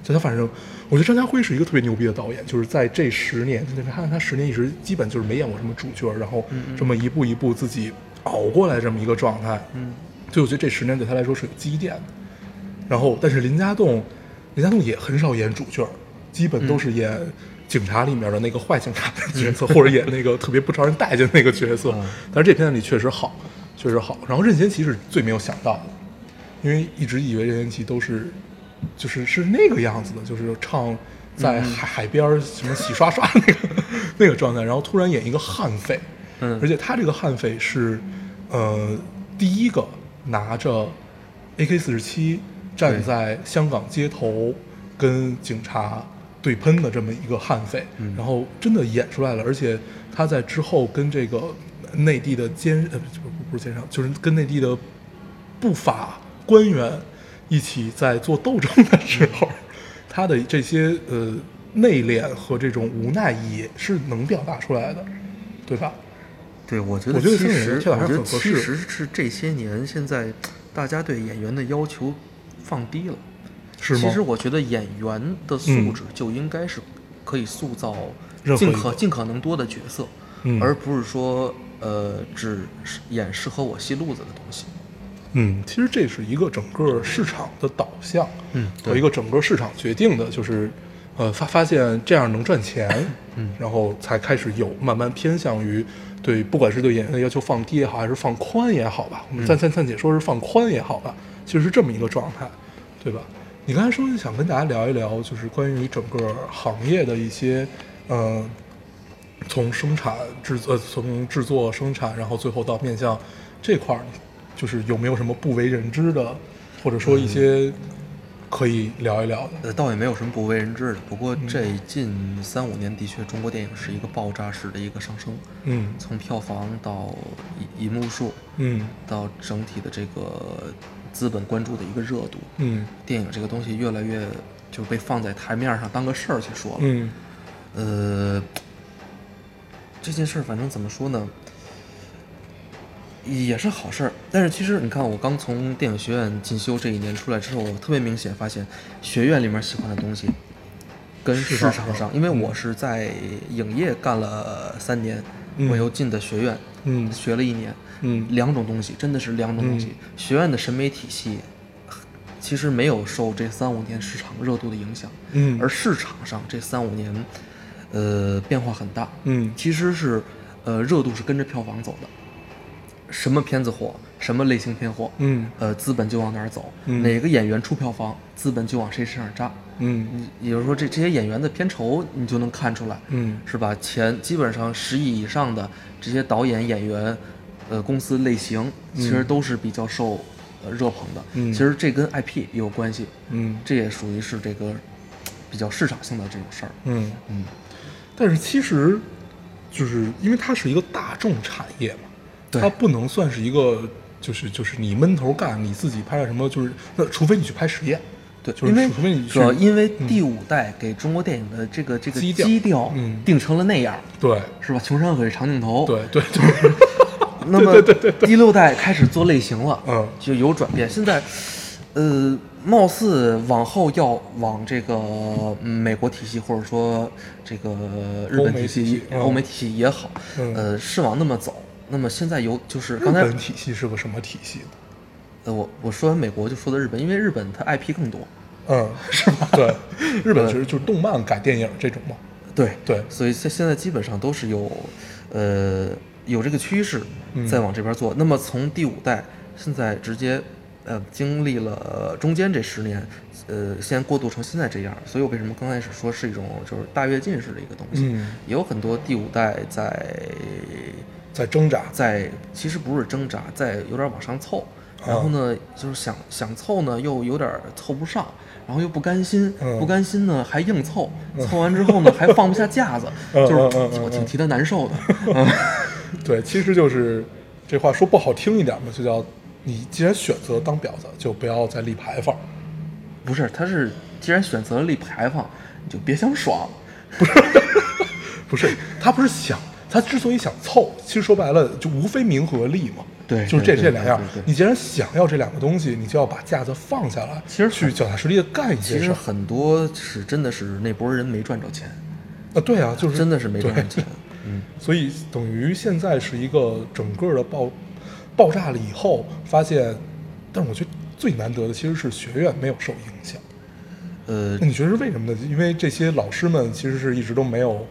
Speaker 3: 所以他反正，我觉得张家辉是一个特别牛逼的导演，就是在这十年，你看他十年一直基本就是没演过什么主角，然后这么一步一步自己熬过来这么一个状态。
Speaker 4: 嗯，
Speaker 3: 所以我觉得这十年对他来说是有积淀的。然后，但是林家栋，林家栋也很少演主角，基本都是演警察里面的那个坏警察的角色，或者演那个特别不招人待见的那个角色。
Speaker 4: 嗯
Speaker 3: 但是这片子里确实好，确实好。然后任贤齐是最没有想到的，因为一直以为任贤齐都是就是是那个样子的，就是唱在
Speaker 4: 嗯
Speaker 3: 海海边儿什么洗刷刷那个 <laughs> 那个状态，然后突然演一个悍匪，
Speaker 4: 嗯
Speaker 3: 而且他这个悍匪是呃第一个拿着 AK 四十七站
Speaker 4: 对
Speaker 3: 在香港街头跟警察对喷的这么一个悍匪，
Speaker 4: 嗯
Speaker 3: 然后真的演出来了，而且他在之后跟这个内地的监呃不不不是监上，就是跟内地的不法官员一起在做斗争的时候，
Speaker 4: 嗯
Speaker 3: 他的这些呃内敛和这种无奈也是能表达出来的，对吧？
Speaker 4: 对，我觉得
Speaker 3: 我觉得
Speaker 4: 其
Speaker 3: 这个
Speaker 4: 实
Speaker 3: 人跳得还
Speaker 4: 我觉
Speaker 3: 是
Speaker 4: 得
Speaker 3: 很合
Speaker 4: 其
Speaker 3: 适
Speaker 4: 实是这些年现在大家对演员的要求放低了。
Speaker 3: 是吗？
Speaker 4: 其实我觉得演员的素
Speaker 3: 嗯
Speaker 4: 质就应该是可以塑造
Speaker 3: 任何
Speaker 4: 尽
Speaker 3: 一
Speaker 4: 可
Speaker 3: 个
Speaker 4: 尽可能多的角色，
Speaker 3: 嗯
Speaker 4: 而不是说呃只是演适合我戏路子的东西。
Speaker 3: 嗯，其实这是一个整个市场的导向，
Speaker 4: 嗯
Speaker 3: 和一个整个市场决定的，就是，呃，发发现这样能赚钱，嗯，然后才开始有慢慢偏向于对，不管是对演员的要求放低也好，还是放宽也好吧，我们暂暂暂且说是放宽也好吧，其实是这么一个状态，对吧？你刚才说想跟大家聊一聊，就是关于整个行业的一些，呃，从生产制作，呃，从制作生产，然后最后到面向这块儿，就是有没有什么不为人知的，或者说一些可以聊一聊的？
Speaker 4: 呃，倒也没有什么不为人知的。不过这近三五年的确，中国电影是一个爆炸式的一个上升，
Speaker 3: 嗯
Speaker 4: 从票房到银银幕数，
Speaker 3: 嗯
Speaker 4: 到整体的这个资本关注的一个热度，
Speaker 3: 嗯
Speaker 4: 电影这个东西越来越就是被放在台面上当个事儿去说了。
Speaker 3: 嗯
Speaker 4: 呃，这件事儿反正怎么说呢，也是好事儿。但是其实你看，我刚从电影学院进修这一年出来之后，我特别明显发现，学院里面喜欢的东西跟市
Speaker 3: 场
Speaker 4: 场
Speaker 3: 上
Speaker 4: 上，因为我是在影业干了三年，
Speaker 3: 嗯
Speaker 4: 我又进的学院，
Speaker 3: 嗯
Speaker 4: 学了一年，
Speaker 3: 嗯
Speaker 4: 两种东西真的是两种东西。学院的审美体系其实没有受这三五年市场热度的影响，
Speaker 3: 嗯
Speaker 4: 而市场上这三五年，呃，变化很大。
Speaker 3: 嗯
Speaker 4: 其实是，呃，热度是跟着票房走的，什么片子火，什么类型片火，
Speaker 3: 嗯
Speaker 4: 呃，资本就往哪儿走，
Speaker 3: 嗯
Speaker 4: 哪个演员出票房，资本就往谁身上扎。
Speaker 3: 嗯
Speaker 4: 你也就是说这，这些演员的片酬你就能看出来，
Speaker 3: 嗯
Speaker 4: 是吧？前基本上十亿以上的这些导演、演员，呃，公司类型其实都是比较受呃热捧的。
Speaker 3: 嗯
Speaker 4: 其实这跟 IP 也有关系，
Speaker 3: 嗯
Speaker 4: 这也属于是这个比较市场性的这种事儿。
Speaker 3: 嗯
Speaker 4: 嗯，
Speaker 3: 但是其实就是因为它是一个大众产业嘛，
Speaker 4: 对
Speaker 3: 它不能算是一个就是就是你闷头干，你自己拍了什么就是那除非你去拍实验，
Speaker 4: 对，
Speaker 3: 就是
Speaker 4: 因为
Speaker 3: 除非你
Speaker 4: 主要
Speaker 3: 去
Speaker 4: 因为第五代给中国电影的这个这个
Speaker 3: 基调
Speaker 4: 基调
Speaker 3: 嗯
Speaker 4: 定成了那样，
Speaker 3: 对
Speaker 4: 是吧？穷山恶水长镜头，
Speaker 3: 对对，就是
Speaker 4: 那么第六代开始做类型了，
Speaker 3: 嗯
Speaker 4: 就有转变。现在，呃，貌似往后要往这个、嗯美国体系或者说这个日
Speaker 3: 欧
Speaker 4: 本
Speaker 3: 美体
Speaker 4: 体
Speaker 3: 系
Speaker 4: 系、
Speaker 3: 嗯
Speaker 4: 欧美体系也好，
Speaker 3: 嗯
Speaker 4: 呃，是往那么走。那么现在有就是
Speaker 3: 日
Speaker 4: <laughs> 刚才
Speaker 3: 本体系是个什么体系呢？
Speaker 4: 呃我我说完美国就说的日本，因为日本它 IP 更多，
Speaker 3: 嗯，是吧？
Speaker 4: <laughs>
Speaker 3: 对，日本其实就是动漫改电影这种嘛。
Speaker 4: 对
Speaker 3: 对
Speaker 4: 所以现现在基本上都是有，呃，有这个趋势
Speaker 3: 嗯
Speaker 4: 在往这边做。那么从第五代现在直接，呃，经历了中间这十年，呃，先过渡成现在这样。所以我为什么刚开始说是一种就是大跃进式的一个东西？
Speaker 3: 嗯
Speaker 4: 也有很多第五代在
Speaker 3: 在挣扎。
Speaker 4: 在其实不是挣扎，在有点往上凑。
Speaker 3: 啊
Speaker 4: 然后呢，就是想想凑呢，又有点凑不上，然后又不甘心，
Speaker 3: 嗯
Speaker 4: 不甘心呢还硬凑，凑完之后呢 <laughs> 还放不下架子，
Speaker 3: 嗯
Speaker 4: 就是
Speaker 3: 嗯嗯嗯
Speaker 4: 我挺替他难受的。 <laughs> 嗯
Speaker 3: 对，其实就是这话说不好听一点嘛，就叫你既然选择当婊子，就不要再立牌坊。 <laughs>
Speaker 4: 不是，他是既然选择了立牌坊，你就别想爽。
Speaker 3: <laughs> 不是，他不是想，他之所以想凑，其实说白了就无非名和利嘛。
Speaker 4: 对
Speaker 3: 就是这
Speaker 4: 对
Speaker 3: 这
Speaker 4: 对
Speaker 3: 两样
Speaker 4: 对对对。
Speaker 3: 你既然想要这两个东西，你就要把架子放下来，
Speaker 4: 其实
Speaker 3: 去脚踏实地的干一
Speaker 4: 其
Speaker 3: 些事
Speaker 4: 实
Speaker 3: 儿。
Speaker 4: 很多是真的是那波人没赚着钱，
Speaker 3: 啊，对啊，就是
Speaker 4: 真的是没赚着
Speaker 3: 对
Speaker 4: 钱。嗯，
Speaker 3: 所以等于现在是一个整个的爆爆炸了以后，发现，但是我觉得最难得的其实是学院没有受影响。
Speaker 4: 呃
Speaker 3: 那，你觉得是为什么呢？因为这些老师们其实是一直都没有，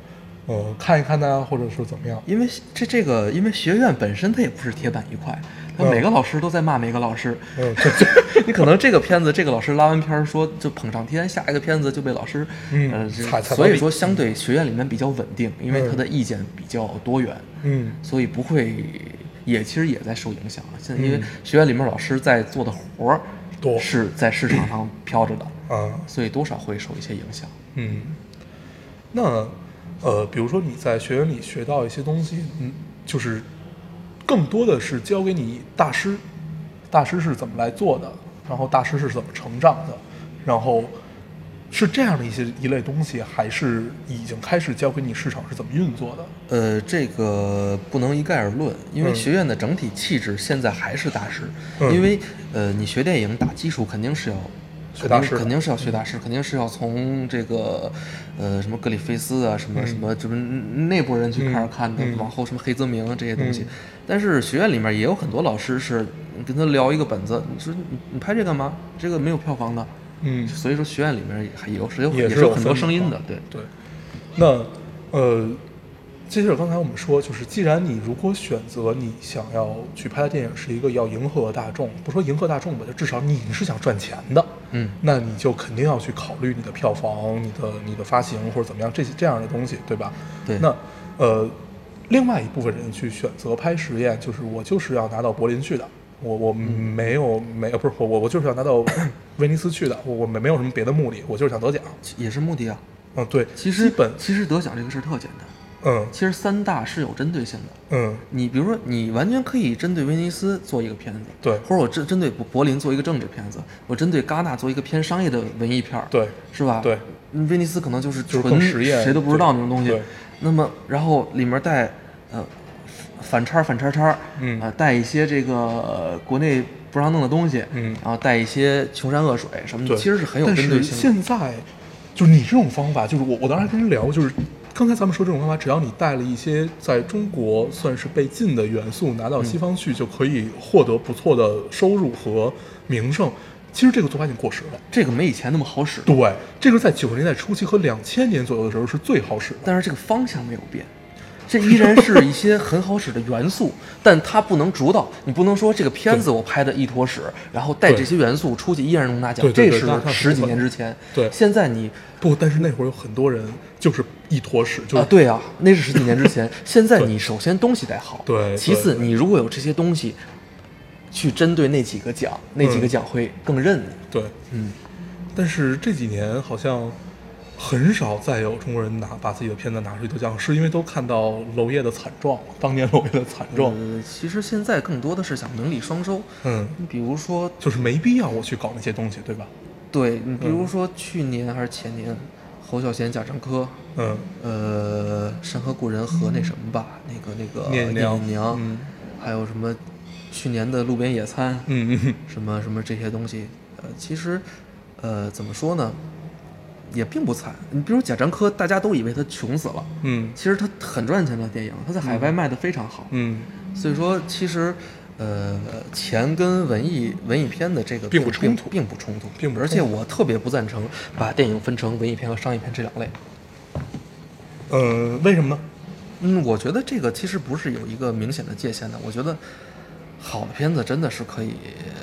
Speaker 3: 呃，看一看呐、或者是怎么样。
Speaker 4: 因为这这个，因为学院本身它也不是铁板一块，它
Speaker 3: 嗯
Speaker 4: 每个老师都在骂每个老师。
Speaker 3: 嗯对
Speaker 4: <laughs> 你可能这个片子这个老师拉完片儿说就捧上天，下一个片子就被老师，
Speaker 3: 嗯
Speaker 4: 呃，这
Speaker 3: 踩踩到
Speaker 4: 所以
Speaker 3: 底
Speaker 4: 说相对学院里面比较稳定，因为
Speaker 3: 嗯
Speaker 4: 他的意见比较多元，
Speaker 3: 嗯
Speaker 4: 所以不会也其实也在受影响。啊现在因为
Speaker 3: 嗯
Speaker 4: 学院里面老师在做的活儿
Speaker 3: 多
Speaker 4: 是在市场上飘着的，
Speaker 3: 啊，
Speaker 4: 所以多少会受一些影响。
Speaker 3: 嗯，那呃，比如说你在学院里学到一些东西，嗯，就是更多的是教给你大师，大师是怎么来做的，然后大师是怎么成长的，然后是这样的一些一类东西，还是已经开始教给你市场是怎么运作的？
Speaker 4: 呃，这个不能一概而论，因为
Speaker 3: 嗯
Speaker 4: 学院的整体气质现在还是大师。
Speaker 3: 嗯
Speaker 4: 因为呃，你学电影打基础肯定是要
Speaker 3: 学大师
Speaker 4: 肯定肯定是要学大师，肯定是要从这个呃什么格里菲斯啊，什么什么就是那波人去开始看的，
Speaker 3: 嗯嗯嗯
Speaker 4: 往后什么黑泽明啊这些东西
Speaker 3: 嗯。
Speaker 4: 但是学院里面也有很多老师是你跟他聊一个本子，你说你你拍这干嘛？这个没有票房的。
Speaker 3: 嗯
Speaker 4: 所以说学院里面也还有是有
Speaker 3: 也
Speaker 4: 是
Speaker 3: 是有
Speaker 4: 有很多
Speaker 3: 分
Speaker 4: 声音的
Speaker 3: 的，啊
Speaker 4: 对。
Speaker 3: 对，那呃，接着刚才我们说，就是既然你如果选择你想要去拍的电影是一个要迎合大众，不说迎合大众吧，就至少你是想赚钱的，
Speaker 4: 嗯
Speaker 3: 那你就肯定要去考虑你的票房、你的你的发行或者怎么样这些这样的东西，对吧？
Speaker 4: 对
Speaker 3: 那呃，另外一部分人去选择拍实验，就是我就是要拿到柏林去的。我我
Speaker 4: 嗯
Speaker 3: 没有没呃有不是我我我就是要拿到 <coughs> 威尼斯去的，我我没没有什么别的目的，我就是想得奖。
Speaker 4: 也是目的啊，
Speaker 3: 嗯，对，
Speaker 4: 其实
Speaker 3: 基本，
Speaker 4: 其实得奖这个事儿特简单，
Speaker 3: 嗯
Speaker 4: 其实三大是有针对性的。
Speaker 3: 嗯，
Speaker 4: 你比如说，你完全可以针对威尼斯做一个片子，
Speaker 3: 对
Speaker 4: 或者我针针对柏柏林做一个政治片子，我针对戛纳做一个偏商业的文艺片儿，
Speaker 3: 对
Speaker 4: 是吧？
Speaker 3: 对
Speaker 4: 嗯，威尼斯可能就是
Speaker 3: 就是
Speaker 4: 纯
Speaker 3: 更实验
Speaker 4: 谁都不知道
Speaker 3: 对
Speaker 4: 那种东西
Speaker 3: 对。
Speaker 4: 那么，然后里面带呃反叉反叉叉，
Speaker 3: 嗯
Speaker 4: 啊、带一些这个、呃国内不让弄的东西，
Speaker 3: 嗯
Speaker 4: 然后带一些穷山恶水什么的，
Speaker 3: 对，
Speaker 4: 其实是很有
Speaker 3: 但
Speaker 4: 针对
Speaker 3: 是
Speaker 4: 性的。
Speaker 3: 现在，就是你这种方法，就是我我当时还跟人聊，就是刚才咱们说这种方法，只要你带了一些在中国算是被禁的元素，拿到西方去，就可以获得不错的收入和名声。其实这个做法已经过时了。
Speaker 4: 这个没以前那么好使，
Speaker 3: 对，这个在九十年代初期和两千年左右的时候是最好使的。
Speaker 4: 但是这个方向没有变，这依然是一些很好使的元素，但它不能主导。你不能说这个片子我拍的一坨屎，然后带
Speaker 3: 对
Speaker 4: 这些元素出去依然能拿奖
Speaker 3: 对，对
Speaker 4: 这
Speaker 3: 对
Speaker 4: 是
Speaker 3: 那那是
Speaker 4: 十
Speaker 3: 不
Speaker 4: 几
Speaker 3: 可
Speaker 4: 年
Speaker 3: 能
Speaker 4: 之前。
Speaker 3: 对
Speaker 4: 现在你
Speaker 3: 不，但是那会儿有很多人就是一坨屎，就是、
Speaker 4: 啊，对啊，那是十几年之前。现在你首先东西得好，
Speaker 3: 对
Speaker 4: 其次
Speaker 3: 对
Speaker 4: 你如果有这些东西，去针对那几个奖，那几个
Speaker 3: 嗯
Speaker 4: 奖会更认你。
Speaker 3: 对，
Speaker 4: 嗯，
Speaker 3: 但是这几年好像很少再有中国人拿把自己的片子拿出去得奖，是因为都看到娄烨的惨状，当年娄烨的惨状，
Speaker 4: 呃，其实现在更多的是想名利双收。
Speaker 3: 嗯，
Speaker 4: 你比如说
Speaker 3: 就是没必要我去搞那些东西，对吧？
Speaker 4: 对你，比
Speaker 3: 嗯
Speaker 4: 如说去年还是前年，侯孝贤、贾樟柯，
Speaker 3: 嗯，
Speaker 4: 呃，《山河故人》和那什么吧，那个那个
Speaker 3: 聂
Speaker 4: 聂
Speaker 3: 娘
Speaker 4: 隐娘，
Speaker 3: 嗯
Speaker 4: 还有什么去年的路边野餐，
Speaker 3: 嗯嗯
Speaker 4: 什么什么这些东西，呃，其实，呃，怎么说呢，也并不惨。你比如贾樟柯，大家都以为他穷死了，
Speaker 3: 嗯
Speaker 4: 其实他很赚钱的电影，他在海外卖的非常好。
Speaker 3: 嗯，
Speaker 4: 所以说，其实，呃，钱跟文艺文艺片的这个
Speaker 3: 并不冲
Speaker 4: 突，并不冲突，
Speaker 3: 并不
Speaker 4: 而
Speaker 3: 冲
Speaker 4: 且我特别不赞成把电影分成文艺片和商业片这两类。
Speaker 3: 呃，为什么呢？
Speaker 4: 嗯，我觉得这个其实不是有一个明显的界限的。我觉得好的片子真的是可以，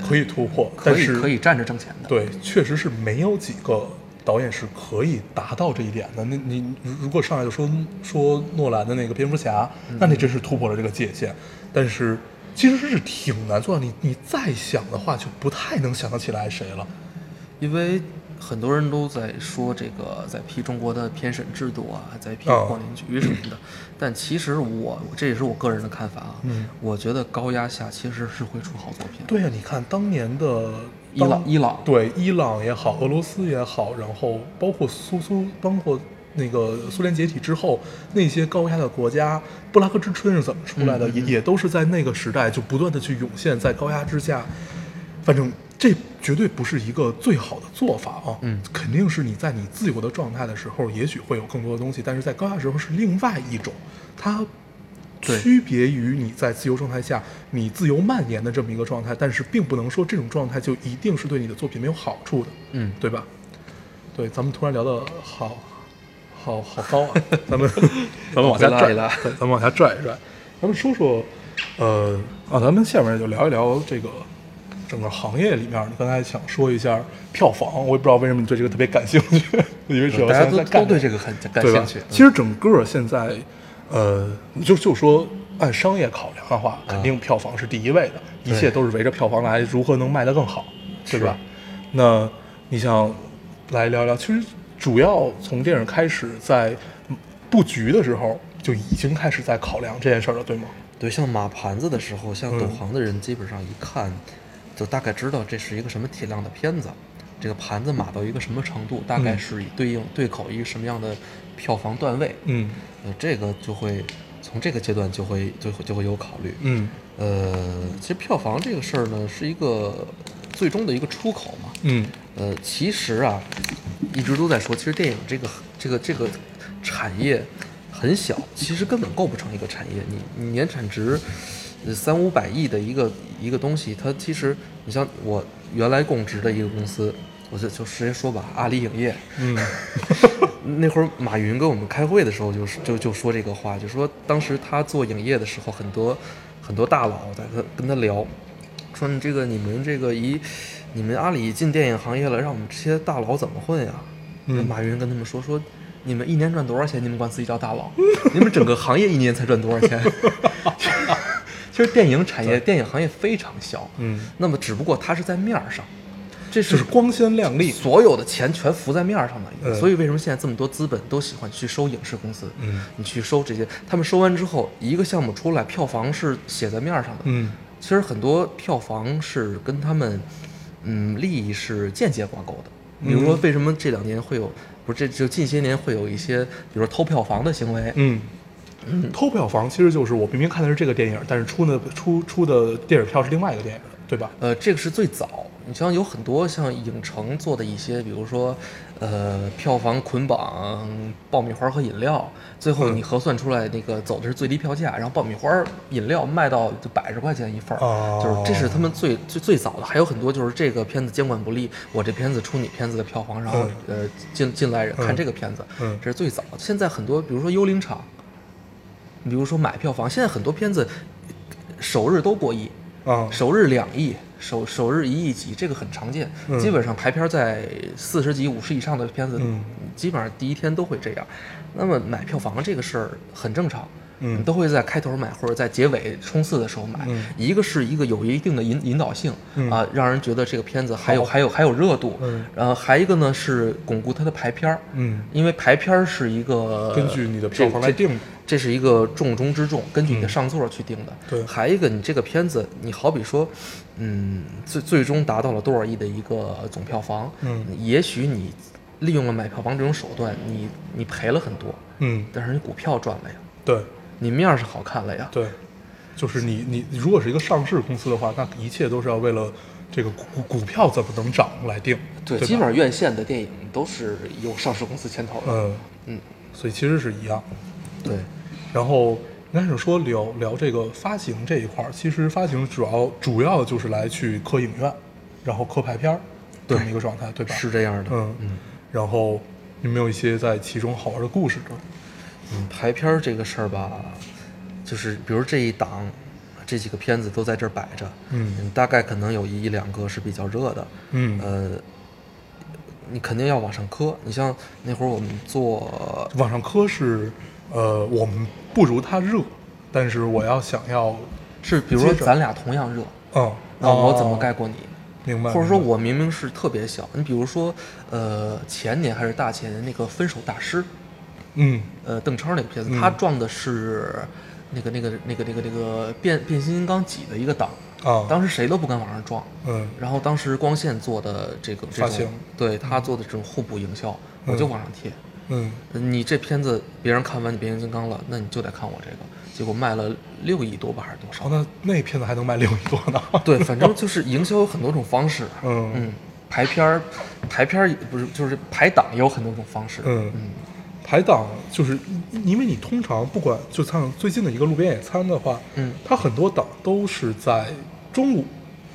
Speaker 3: 可以突破，
Speaker 4: 可
Speaker 3: 但
Speaker 4: 以
Speaker 3: 是
Speaker 4: 可以站着挣钱的。
Speaker 3: 对，确实是没有几个导演是可以达到这一点的。那你如如果上来就说说诺兰的那个蝙蝠侠，那你真是突破了这个界限。但是其实是挺难做到，你你再想的话，就不太能想得起来谁了。
Speaker 4: 因为很多人都在说这个，在批中国的片审制度啊，在批
Speaker 3: 哦
Speaker 4: 广电局什么的。但其实我这也是我个人的看法啊，
Speaker 3: 嗯
Speaker 4: 我觉得高压下其实是会出好作品。，
Speaker 3: 对呀、你看当年的
Speaker 4: 伊朗
Speaker 3: 当
Speaker 4: 伊朗
Speaker 3: 对伊朗也好，俄罗斯也好，然后包括苏苏，包括那个苏联解体之后，那些高压的国家，布拉格之春是怎么出来的？
Speaker 4: 嗯
Speaker 3: 也也都是在那个时代就不断的去涌现在高压之下，反正这绝对不是一个最好的做法啊。
Speaker 4: 嗯，
Speaker 3: 肯定是你在你自由的状态的时候，也许会有更多的东西，但是在高压时候是另外一种，它
Speaker 4: 对
Speaker 3: 区别于你在自由状态下你自由蔓延的这么一个状态，但是并不能说这种状态就一定是对你的作品没有好处的，
Speaker 4: 嗯，
Speaker 3: 对吧？对，咱们突然聊的好，
Speaker 4: 哦
Speaker 3: 好好高
Speaker 4: <laughs>
Speaker 3: 啊！ <laughs> 咱 <laughs> 们咱们往下
Speaker 4: 回拉
Speaker 3: 拽
Speaker 4: 一拉
Speaker 3: 对咱们往下拽一拽。咱们说说，呃，啊，咱们下面就聊一聊这个整个行业里面。你刚才想说一下票房，我也不知道为什么你对这个特别感兴趣， <laughs> 因为主要
Speaker 4: 大家
Speaker 3: 现
Speaker 4: 都
Speaker 3: 在在干
Speaker 4: 都对嗯
Speaker 3: 这
Speaker 4: 这
Speaker 3: 个
Speaker 4: 个很感
Speaker 3: 对吧
Speaker 4: 兴趣。
Speaker 3: 其实整个现在，呃，你就就说按商业考量的话，肯定票房是第一位的，一切都是围着票房来，如何能卖得更好，对吧？那你想来聊聊，其实主要从电影开始在布局的时候就已经开始在考量这件事儿了，对吗？
Speaker 4: 对，像码盘子的时候，像
Speaker 3: 嗯
Speaker 4: 懂行的人基本上一看就大概知道这是一个什么体量的片子，这个盘子码到一个什么程度，大概
Speaker 3: 嗯
Speaker 4: 是以对应对口一个什么样的票房段位。
Speaker 3: 嗯
Speaker 4: 呃，这个就会从这个阶段就会就会就会有考虑。
Speaker 3: 嗯
Speaker 4: 呃，其实票房这个事儿呢，是一个最终的一个出口嘛。
Speaker 3: 嗯
Speaker 4: 呃，其实啊，一直都在说，其实电影这个这个这个产业很小，其实根本构不成一个产业。你你年产值呃三五百亿的一个一个东西，它其实你像我原来供职的一个公司，我就就直接说吧，阿里影业，
Speaker 3: 嗯
Speaker 4: <laughs> 那会儿马云跟我们开会的时候就，是就就说这个话，就说当时他做影业的时候，很多很多大佬在他跟他聊，说你这个你们这个一你们阿里进电影行业了，让我们这些大佬怎么混呀？
Speaker 3: 嗯
Speaker 4: 马云跟他们说说。你们一年赚多少钱？你们管自己叫大
Speaker 3: <laughs>
Speaker 4: 佬？你们整个行业一年才赚多少钱？ <laughs> 其实电影产业、电影行业非常小，
Speaker 3: 嗯，
Speaker 4: 那么只不过它是在面儿上，这
Speaker 3: 就是是光鲜亮丽。
Speaker 4: 所有的钱全浮在面儿上的。
Speaker 3: 嗯
Speaker 4: 所以为什么现在这么多资本都喜欢去收影视公司？
Speaker 3: 嗯
Speaker 4: 你去收这些，他们收完之后，一个项目出来，票房是写在面儿上的。
Speaker 3: 嗯
Speaker 4: 其实很多票房是跟他们，嗯，利益是间接挂钩的。
Speaker 3: 嗯
Speaker 4: 比如说，为什么这两年会有，不是这就近些年会有一些，比如说偷票房的行为，
Speaker 3: 嗯。偷票房其实就是我明明看的是这个电影，但是出呢出出的电影票是另外一个电影，对吧？
Speaker 4: 呃，这个是最早。你像有很多像影城做的一些，比如说，呃，票房捆绑爆米花和饮料，最
Speaker 3: 嗯
Speaker 4: 后你核算出来那个走的是最低票价，然后爆米花、饮料卖到就百十块钱一份儿，
Speaker 3: 哦
Speaker 4: 就是这是他们最最最早的。还有很多就是这个片子监管不力，我这片子出你片子的票房，然后、呃进进来人看这个片子，
Speaker 3: 嗯
Speaker 4: 这是最早。现在很多，比如说《幽灵场》，比如说买票房，现在很多片子首日都过亿。
Speaker 3: 啊，
Speaker 4: 首日两亿，首首日一亿级，这个很常见。
Speaker 3: 嗯
Speaker 4: 基本上排片在四十集、五十以上的片子，
Speaker 3: 嗯
Speaker 4: 基本上第一天都会这样。那么买票房这个事儿很正常，
Speaker 3: 嗯
Speaker 4: 都会在开头买或者在结尾冲刺的时候买。
Speaker 3: 嗯
Speaker 4: 一个是一个有一定的引引导性啊、
Speaker 3: 嗯
Speaker 4: 让人觉得这个片子还有还有还有热度。
Speaker 3: 嗯
Speaker 4: 然后还一个呢是巩固它的排片儿，
Speaker 3: 嗯
Speaker 4: 因为排片儿是一个
Speaker 3: 根据你的票房来定的嗯
Speaker 4: 这是一个重中之重，根据你的上座去定的。
Speaker 3: 对
Speaker 4: 还一个你这个片子，你好比说，嗯，最最终达到了多少亿的一个总票房，
Speaker 3: 嗯，
Speaker 4: 也许你利用了买票房这种手段，你你赔了很多，
Speaker 3: 嗯，
Speaker 4: 但是你股票赚了呀，
Speaker 3: 对
Speaker 4: 你面儿是好看了呀，
Speaker 3: 对，就是你你你如果是一个上市公司的话，那一切都是要为了这个股股票怎么能涨来定，对
Speaker 4: 对，
Speaker 3: 吧，
Speaker 4: 基本上院线的电影都是有上市公司牵头的。
Speaker 3: 嗯
Speaker 4: 嗯，
Speaker 3: 所以其实是一样。
Speaker 4: 对，
Speaker 3: 然后刚开始说聊聊这个发行这一块儿，其实发行主要主要就是来去磕影院，然后磕排片儿这么一个状态，对吧？
Speaker 4: 是这样的。
Speaker 3: 嗯嗯。然后有没有一些在其中好玩的故事呢？
Speaker 4: 嗯，排片儿这个事儿吧，就是比如这一档，这几个片子都在这儿摆着，
Speaker 3: 嗯
Speaker 4: 大概可能有一两个是比较热的，
Speaker 3: 嗯
Speaker 4: 呃，你肯定要往上磕。你像那会儿我们做，
Speaker 3: 往上磕是，呃，我们不如它热，但是我要想要，
Speaker 4: 是比如说
Speaker 3: 接着
Speaker 4: 咱俩同样热，
Speaker 3: 嗯，
Speaker 4: 那我怎么盖过你？
Speaker 3: 明白？
Speaker 4: 或者说
Speaker 3: 明白
Speaker 4: 我明明是特别小，你比如说，呃，前年还是大前年那个《分手大师》，
Speaker 3: 嗯
Speaker 4: 呃，邓超那个片子，
Speaker 3: 嗯
Speaker 4: 他撞的是那个那个那个那个那个变变形金刚几的一个档，
Speaker 3: 啊，
Speaker 4: 当时谁都不敢往上撞。
Speaker 3: 嗯
Speaker 4: 然后当时光线做的这个这
Speaker 3: 发嗯
Speaker 4: 种
Speaker 3: 行
Speaker 4: 对他做的这种互补营销，我就往上贴。
Speaker 3: 嗯
Speaker 4: 呃你这片子别人看完你变形金刚了，那你就得看我这个。结果卖了六亿多吧，还是多
Speaker 3: 哦，
Speaker 4: 少？
Speaker 3: 那那片子还能卖六亿多呢？
Speaker 4: 对，反正就是营销有很多种方式。
Speaker 3: <laughs> 嗯
Speaker 4: 嗯，排片儿，排片儿也不是就是排档也有很多种方式。
Speaker 3: 嗯排档就是因为你通常不管就像最近的一个路边野餐的话，
Speaker 4: 嗯
Speaker 3: 它很多档都是在中午、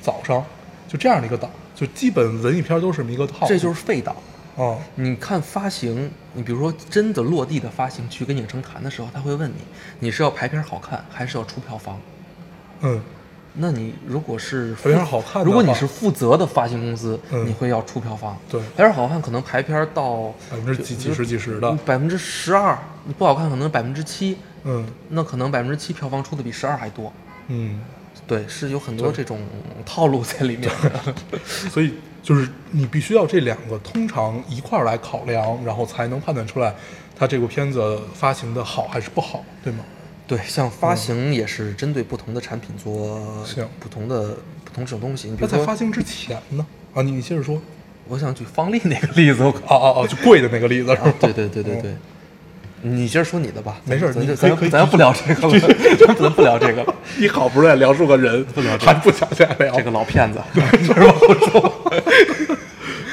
Speaker 3: 早上就这样的一个档，就基本文艺片都是这么一个套路。
Speaker 4: 这就是废档。
Speaker 3: 哦，
Speaker 4: 你看发行，你比如说真的落地的发行去跟影城谈的时候，他会问你，你是要排片儿好看，还是要出票房？
Speaker 3: 嗯
Speaker 4: 那你如果是负
Speaker 3: 排片儿好看的话
Speaker 4: 如果你是负责的发行公司，
Speaker 3: 嗯
Speaker 4: 你会要出票房。
Speaker 3: 对
Speaker 4: 排片儿好看可能排片儿到嗯
Speaker 3: 百分之几几十几十的
Speaker 4: 百分之十二，你不好看可能百分之七，
Speaker 3: 嗯
Speaker 4: 那可能百分之七票房出的比十二还多。
Speaker 3: 嗯，
Speaker 4: 对，是有很多这种套路在里面的。
Speaker 3: <laughs> 所以就是你必须要这两个通常一块儿来考量，然后才能判断出来它这部片子发行的好还是不好，对吗？
Speaker 4: 对，像发行也是针对不同的产品做
Speaker 3: 嗯行
Speaker 4: 不同的不同种东西。你比
Speaker 3: 那
Speaker 4: 如
Speaker 3: 在
Speaker 4: 说
Speaker 3: 发，行之前呢？啊，你你接着说。
Speaker 4: 我想举方丽那个例子，我靠。
Speaker 3: 哦哦哦，就贵的那个例子是吗？
Speaker 4: 啊对对对对对，你接着说你的吧。
Speaker 3: 没事
Speaker 4: 咱
Speaker 3: 你
Speaker 4: 就
Speaker 3: 可以
Speaker 4: 咱
Speaker 3: 可以
Speaker 4: 咱不聊这个了，
Speaker 3: <laughs>
Speaker 4: 咱不聊这个了。
Speaker 3: <laughs> 你好不容易聊出个人，不聊还不想再聊
Speaker 4: 这个老骗子，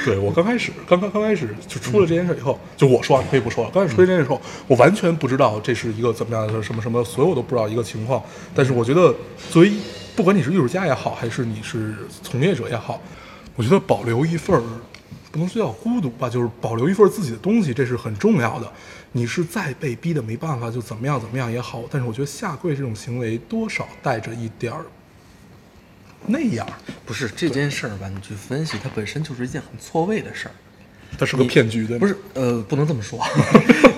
Speaker 3: 对我刚开始，刚刚刚开始就出了这件事以后，就我说啊，你可以不说了。刚开始出了这件事以后，我完全不知道这是一个怎么样的什么什么，所有都不知道一个情况。但是我觉得，作为不管你是艺术家也好，还是你是从业者也好，我觉得保留一份儿不能说叫孤独吧，就是保留一份自己的东西，这是很重要的。你是再被逼的没办法，就怎么样怎么样也好，但是我觉得下跪这种行为多少带着一点儿那样儿，
Speaker 4: 不是这件事儿吧？你去分析，它本身就是一件很错位的事儿。
Speaker 3: 它是个骗局，对吗？
Speaker 4: 不是，呃，不能这么说。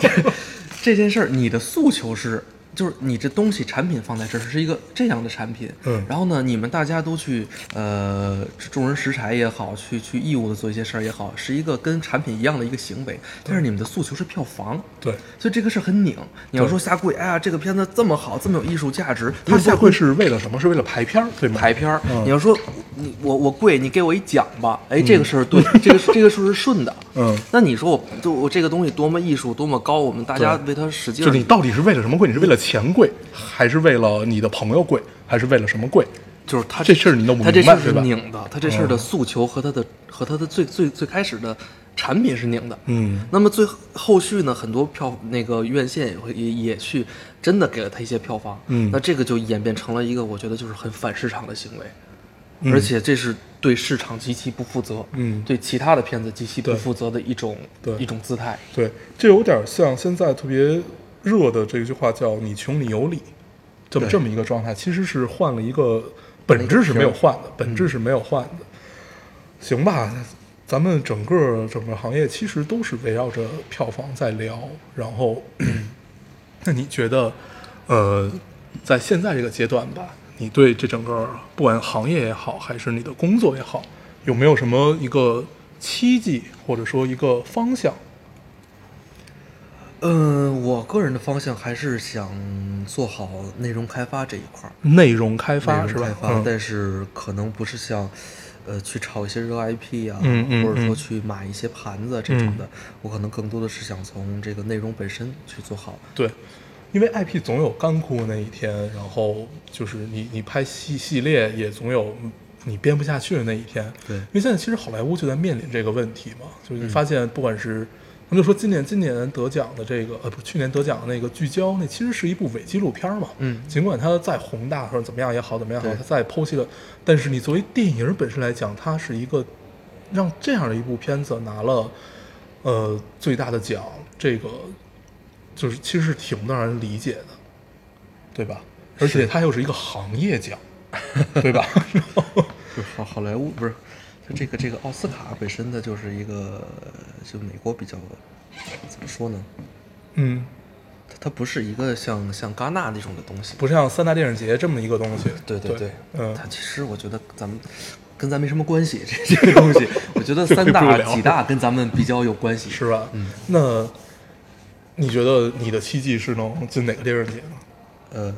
Speaker 4: <laughs> 这件事儿，你的诉求是，就是你这东西产品放在这儿是一个这样的产品，
Speaker 3: 嗯
Speaker 4: 然后呢，你们大家都去呃众人拾柴也好，去去义务的做一些事儿也好，是一个跟产品一样的一个行为，但是你们的诉求是票房，
Speaker 3: 对
Speaker 4: 所以这个事儿很拧。你要说下跪，哎呀，这个片子这么好，这么有艺术价值，
Speaker 3: 他
Speaker 4: 它
Speaker 3: 下跪是为了什么？是为了排片儿，对吗？
Speaker 4: 排片儿。
Speaker 3: 嗯
Speaker 4: 你要说你我我跪，你给我一奖吧，哎，这个事儿对，这个这个事儿是顺的。
Speaker 3: 嗯
Speaker 4: 那你说我就我这个东西多么艺术，多么高，我们大家
Speaker 3: 对
Speaker 4: 为它使劲
Speaker 3: 就
Speaker 4: 儿。
Speaker 3: 是你到底是为了什么跪？你是为了钱跪，还是为了你的朋友跪，还是为了什么跪？
Speaker 4: 就是他
Speaker 3: 这事儿你弄不
Speaker 4: 他这
Speaker 3: 明
Speaker 4: 事
Speaker 3: 白
Speaker 4: 儿是
Speaker 3: 对吧嗯
Speaker 4: 拧的，他这事儿的诉求和他的和他的最最最开始的产品是拧的。
Speaker 3: 嗯，
Speaker 4: 那么最后续呢，很多票那个院线也会也也去真的给了他一些票房。
Speaker 3: 嗯
Speaker 4: 那这个就演变成了一个我觉得就是很反市场的行为。而且这是对市场极其不负责，
Speaker 3: 嗯
Speaker 4: 对其他的片子极其不
Speaker 3: 对
Speaker 4: 负责的一种
Speaker 3: 对
Speaker 4: 一种姿态。
Speaker 3: 对，这有点像现在特别热的这句话叫“你穷你有理”，这么
Speaker 4: 对
Speaker 3: 这么一个状态，其实是换了一个本质是没有嗯换的，本质是没有换的。行吧，咱们整个整个行业其实都是围绕着票房在聊，然后，那你觉得，呃，在现在这个阶段吧，你对这整个不管行业也好，还是你的工作也好，有没有什么一个期冀，或者说一个方向？
Speaker 4: 嗯、我个人的方向还是想做好内容开发这一块儿，
Speaker 3: 内容开发
Speaker 4: 内
Speaker 3: 是
Speaker 4: 容
Speaker 3: 吧？嗯
Speaker 4: 开发，但是可能不是像，呃，去炒一些热 IP 啊，
Speaker 3: 嗯嗯
Speaker 4: 或者
Speaker 3: 嗯
Speaker 4: 说去买一些
Speaker 3: <laughs>
Speaker 4: 盘子这种的，我可能更多的是想从这个内容本身去做好。
Speaker 3: 对，因为 IP 总有干枯那一天，然后就是你你拍系系列也总有你编不下去的那一天。
Speaker 4: 对嗯
Speaker 3: 因为现在其实好莱坞就在面临这个问题嘛，就是你发现不管是咱们就说今年今年得奖的这个呃不是去年得奖的那个聚焦，那其实是一部伪纪录片嘛。
Speaker 4: 嗯
Speaker 3: 尽管它再宏大或者怎么样也好，怎么样也好，
Speaker 4: 对
Speaker 3: 它再剖析了，但是你作为电影本身来讲，它是一个让这样的一部片子拿了呃最大的奖，这个就是其实是挺不让人理解的，对吧？而且它又是一个行
Speaker 5: <laughs>
Speaker 3: 业奖，对吧？然后
Speaker 5: 就是好好莱坞不是，就这个这个奥斯卡本身它就是一个，就美国比较怎么说呢？
Speaker 3: 嗯，
Speaker 5: 它它不是一个像像戛纳那种的东西。
Speaker 3: 不像三大电影节这么一个东西。
Speaker 5: <laughs> 对
Speaker 3: 对
Speaker 5: 对，
Speaker 3: 嗯，
Speaker 5: 它其实我觉得咱们跟咱没什么关系， <laughs> 这这个东西，我
Speaker 3: <laughs>
Speaker 5: 觉得三
Speaker 3: 这回
Speaker 5: 大
Speaker 3: 不聊
Speaker 5: 几大跟咱们比较有关系。
Speaker 3: <laughs> 是吧？嗯，那你觉得你的奇迹是能进哪个电影节呢？
Speaker 5: 呃，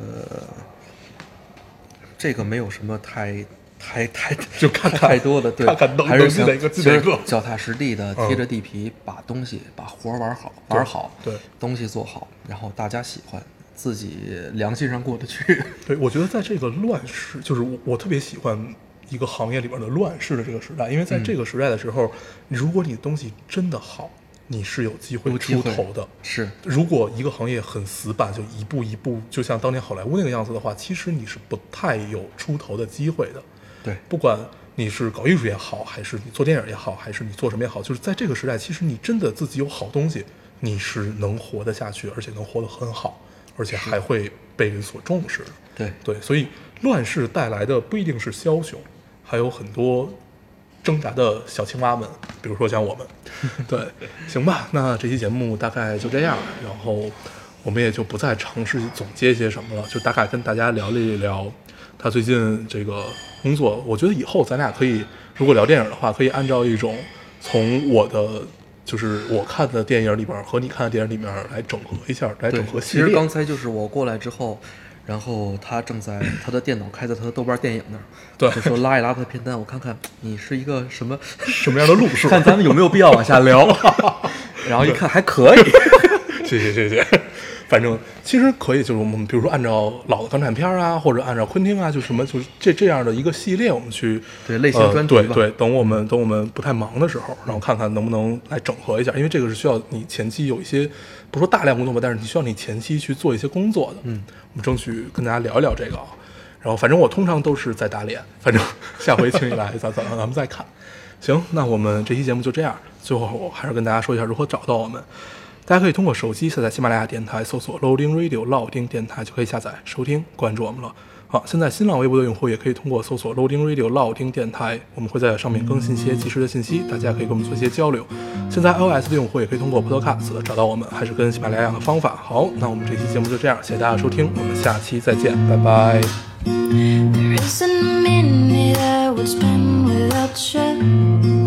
Speaker 5: 这个没有什么太太太
Speaker 3: 就看看
Speaker 5: 太多的，对，
Speaker 3: 看看能
Speaker 5: 还是
Speaker 3: 能进
Speaker 5: 想
Speaker 3: 哪个
Speaker 5: 其
Speaker 3: 进哪
Speaker 5: 实
Speaker 3: 个
Speaker 5: 脚踏实地的，
Speaker 3: 嗯
Speaker 5: 贴着地皮，把东西把活儿玩好，玩好，
Speaker 3: 对
Speaker 5: 东西做好，然后大家喜欢，自己良心上过得
Speaker 3: <laughs>
Speaker 5: 去。
Speaker 3: 对，我觉得在这个乱世，就是我我特别喜欢一个行业里边的乱世的这个时代，因为
Speaker 5: 嗯
Speaker 3: 在这个时代的时候，你如果你的东西真的好，你是有机会
Speaker 5: 有机
Speaker 3: 出
Speaker 5: 会
Speaker 3: 头的。
Speaker 5: 是，
Speaker 3: 如果一个行业很死板，就一步一步，就像当年好莱坞那个样子的话，其实你是不太有出头的机会的。
Speaker 5: 对，
Speaker 3: 不管你是搞艺术也好，还是你做电影也好，还是你做什么也好，就是在这个时代，其实你真的自己有好东西，你是能活得下去，而且能活得很好，而且还会被人所重视的。
Speaker 5: 对，
Speaker 3: 对，所以乱世带来的不一定是枭雄，还有很多挣扎的小青蛙们，比如说像我
Speaker 5: <laughs>
Speaker 3: 们。对，行吧，那这期节目大概就这样，然后我们也就不再尝试总结些什么了，就大概跟大家聊了一聊他最近这个工作。我觉得以后咱俩可以，如果聊电影的话，可以按照一种从我的。就是我看的电影里边儿和你看的电影里面儿来整合一下，来
Speaker 5: 对
Speaker 3: 整合系
Speaker 5: 其
Speaker 3: 列。
Speaker 5: 实刚才就是我过来之后，然后他正在他的电脑开在他的豆瓣电影那儿，
Speaker 3: 对
Speaker 5: 就说拉一拉他的片单，我看看你是一个什么
Speaker 3: 什么样的路
Speaker 5: <laughs>
Speaker 3: 数？
Speaker 5: 看咱们有没有必要往下聊。然后一看还可以，
Speaker 3: <laughs> 谢谢谢谢。反正其实可以，就是我们比如说按照老的港产片啊，或者按照昆汀啊，就什么就是这这样的一个系列，我们去
Speaker 5: 对类型专题
Speaker 3: 呃、对
Speaker 5: 吧
Speaker 3: 对，等我们等我们不太忙的时候，然后看看能不能来整合一下，因为这个是需要你前期有一些不说大量工作吧，但是你需要你前期去做一些工作的。嗯，我们争取跟大家聊一聊这个啊。然后反正我通常都是在打脸，反正 <laughs> 下回请你来，咱咱咱们再看。行，那我们这期节目就这样。最后我还是跟大家说一下如何找到我们。大家可以通过手机下载喜马拉雅电台，搜索 Loading Radio 老丁电台就可以下载收听关注我们了。好，现在新浪微博的用户也可以通过搜索 Loading Radio 老丁电台，我们会在上面更新一些及时的信息，大家可以跟我们做一些交流。现在 iOS 的用户也可以通过 Podcast 找到我们，还是跟喜马拉雅的方法。好，那我们这期节目就这样，谢谢大家收听，我们下期再见，拜拜。
Speaker 2: There isn't a minute I would spend without you.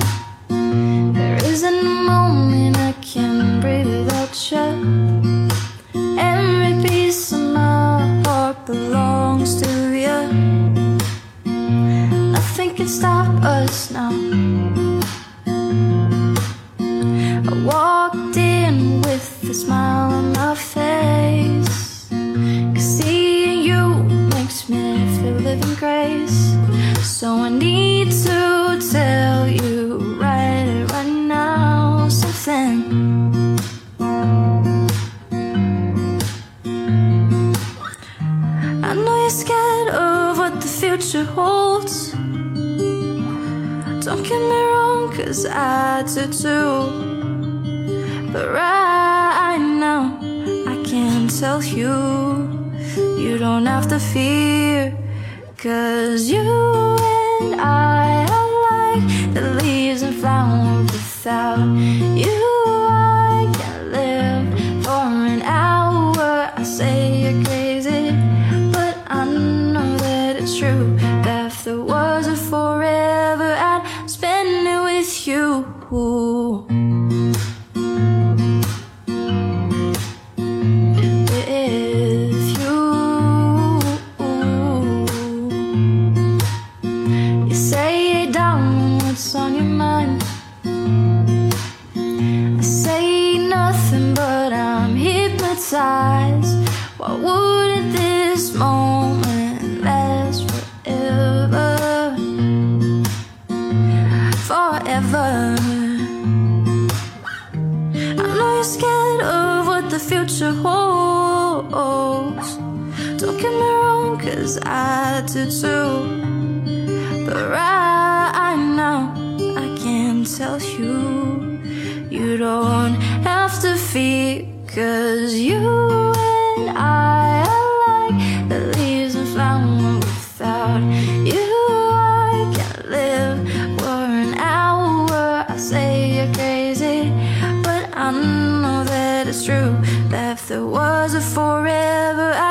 Speaker 2: There isn't a moment I can breathe without you. Every piece of my heart belongs to you. Nothing can stop us now. I walked in with a smile on my face. Seeing you makes me feel living grace. So I need to tell you right, right now something. I know you're scared of what the future holds. Don't get me wrong, cause I do too. But right now, I can tell you, you don't have to fear. Cause you and I are like the leaves and flowers without you. I can live for an hour. I say you're crazy, but I know that it's true. If there was a forever, I'd spend it with you. If you you say forever. I know you're scared of what the future holds. Don't get me wrong, cause I do too. But right now, I can tell you, you don't have to fear, cause you and I are like the leaves and flowers without you. I can't live for an hour. I say you're crazy, but I know that it's true. That if there was a forever, I Mm.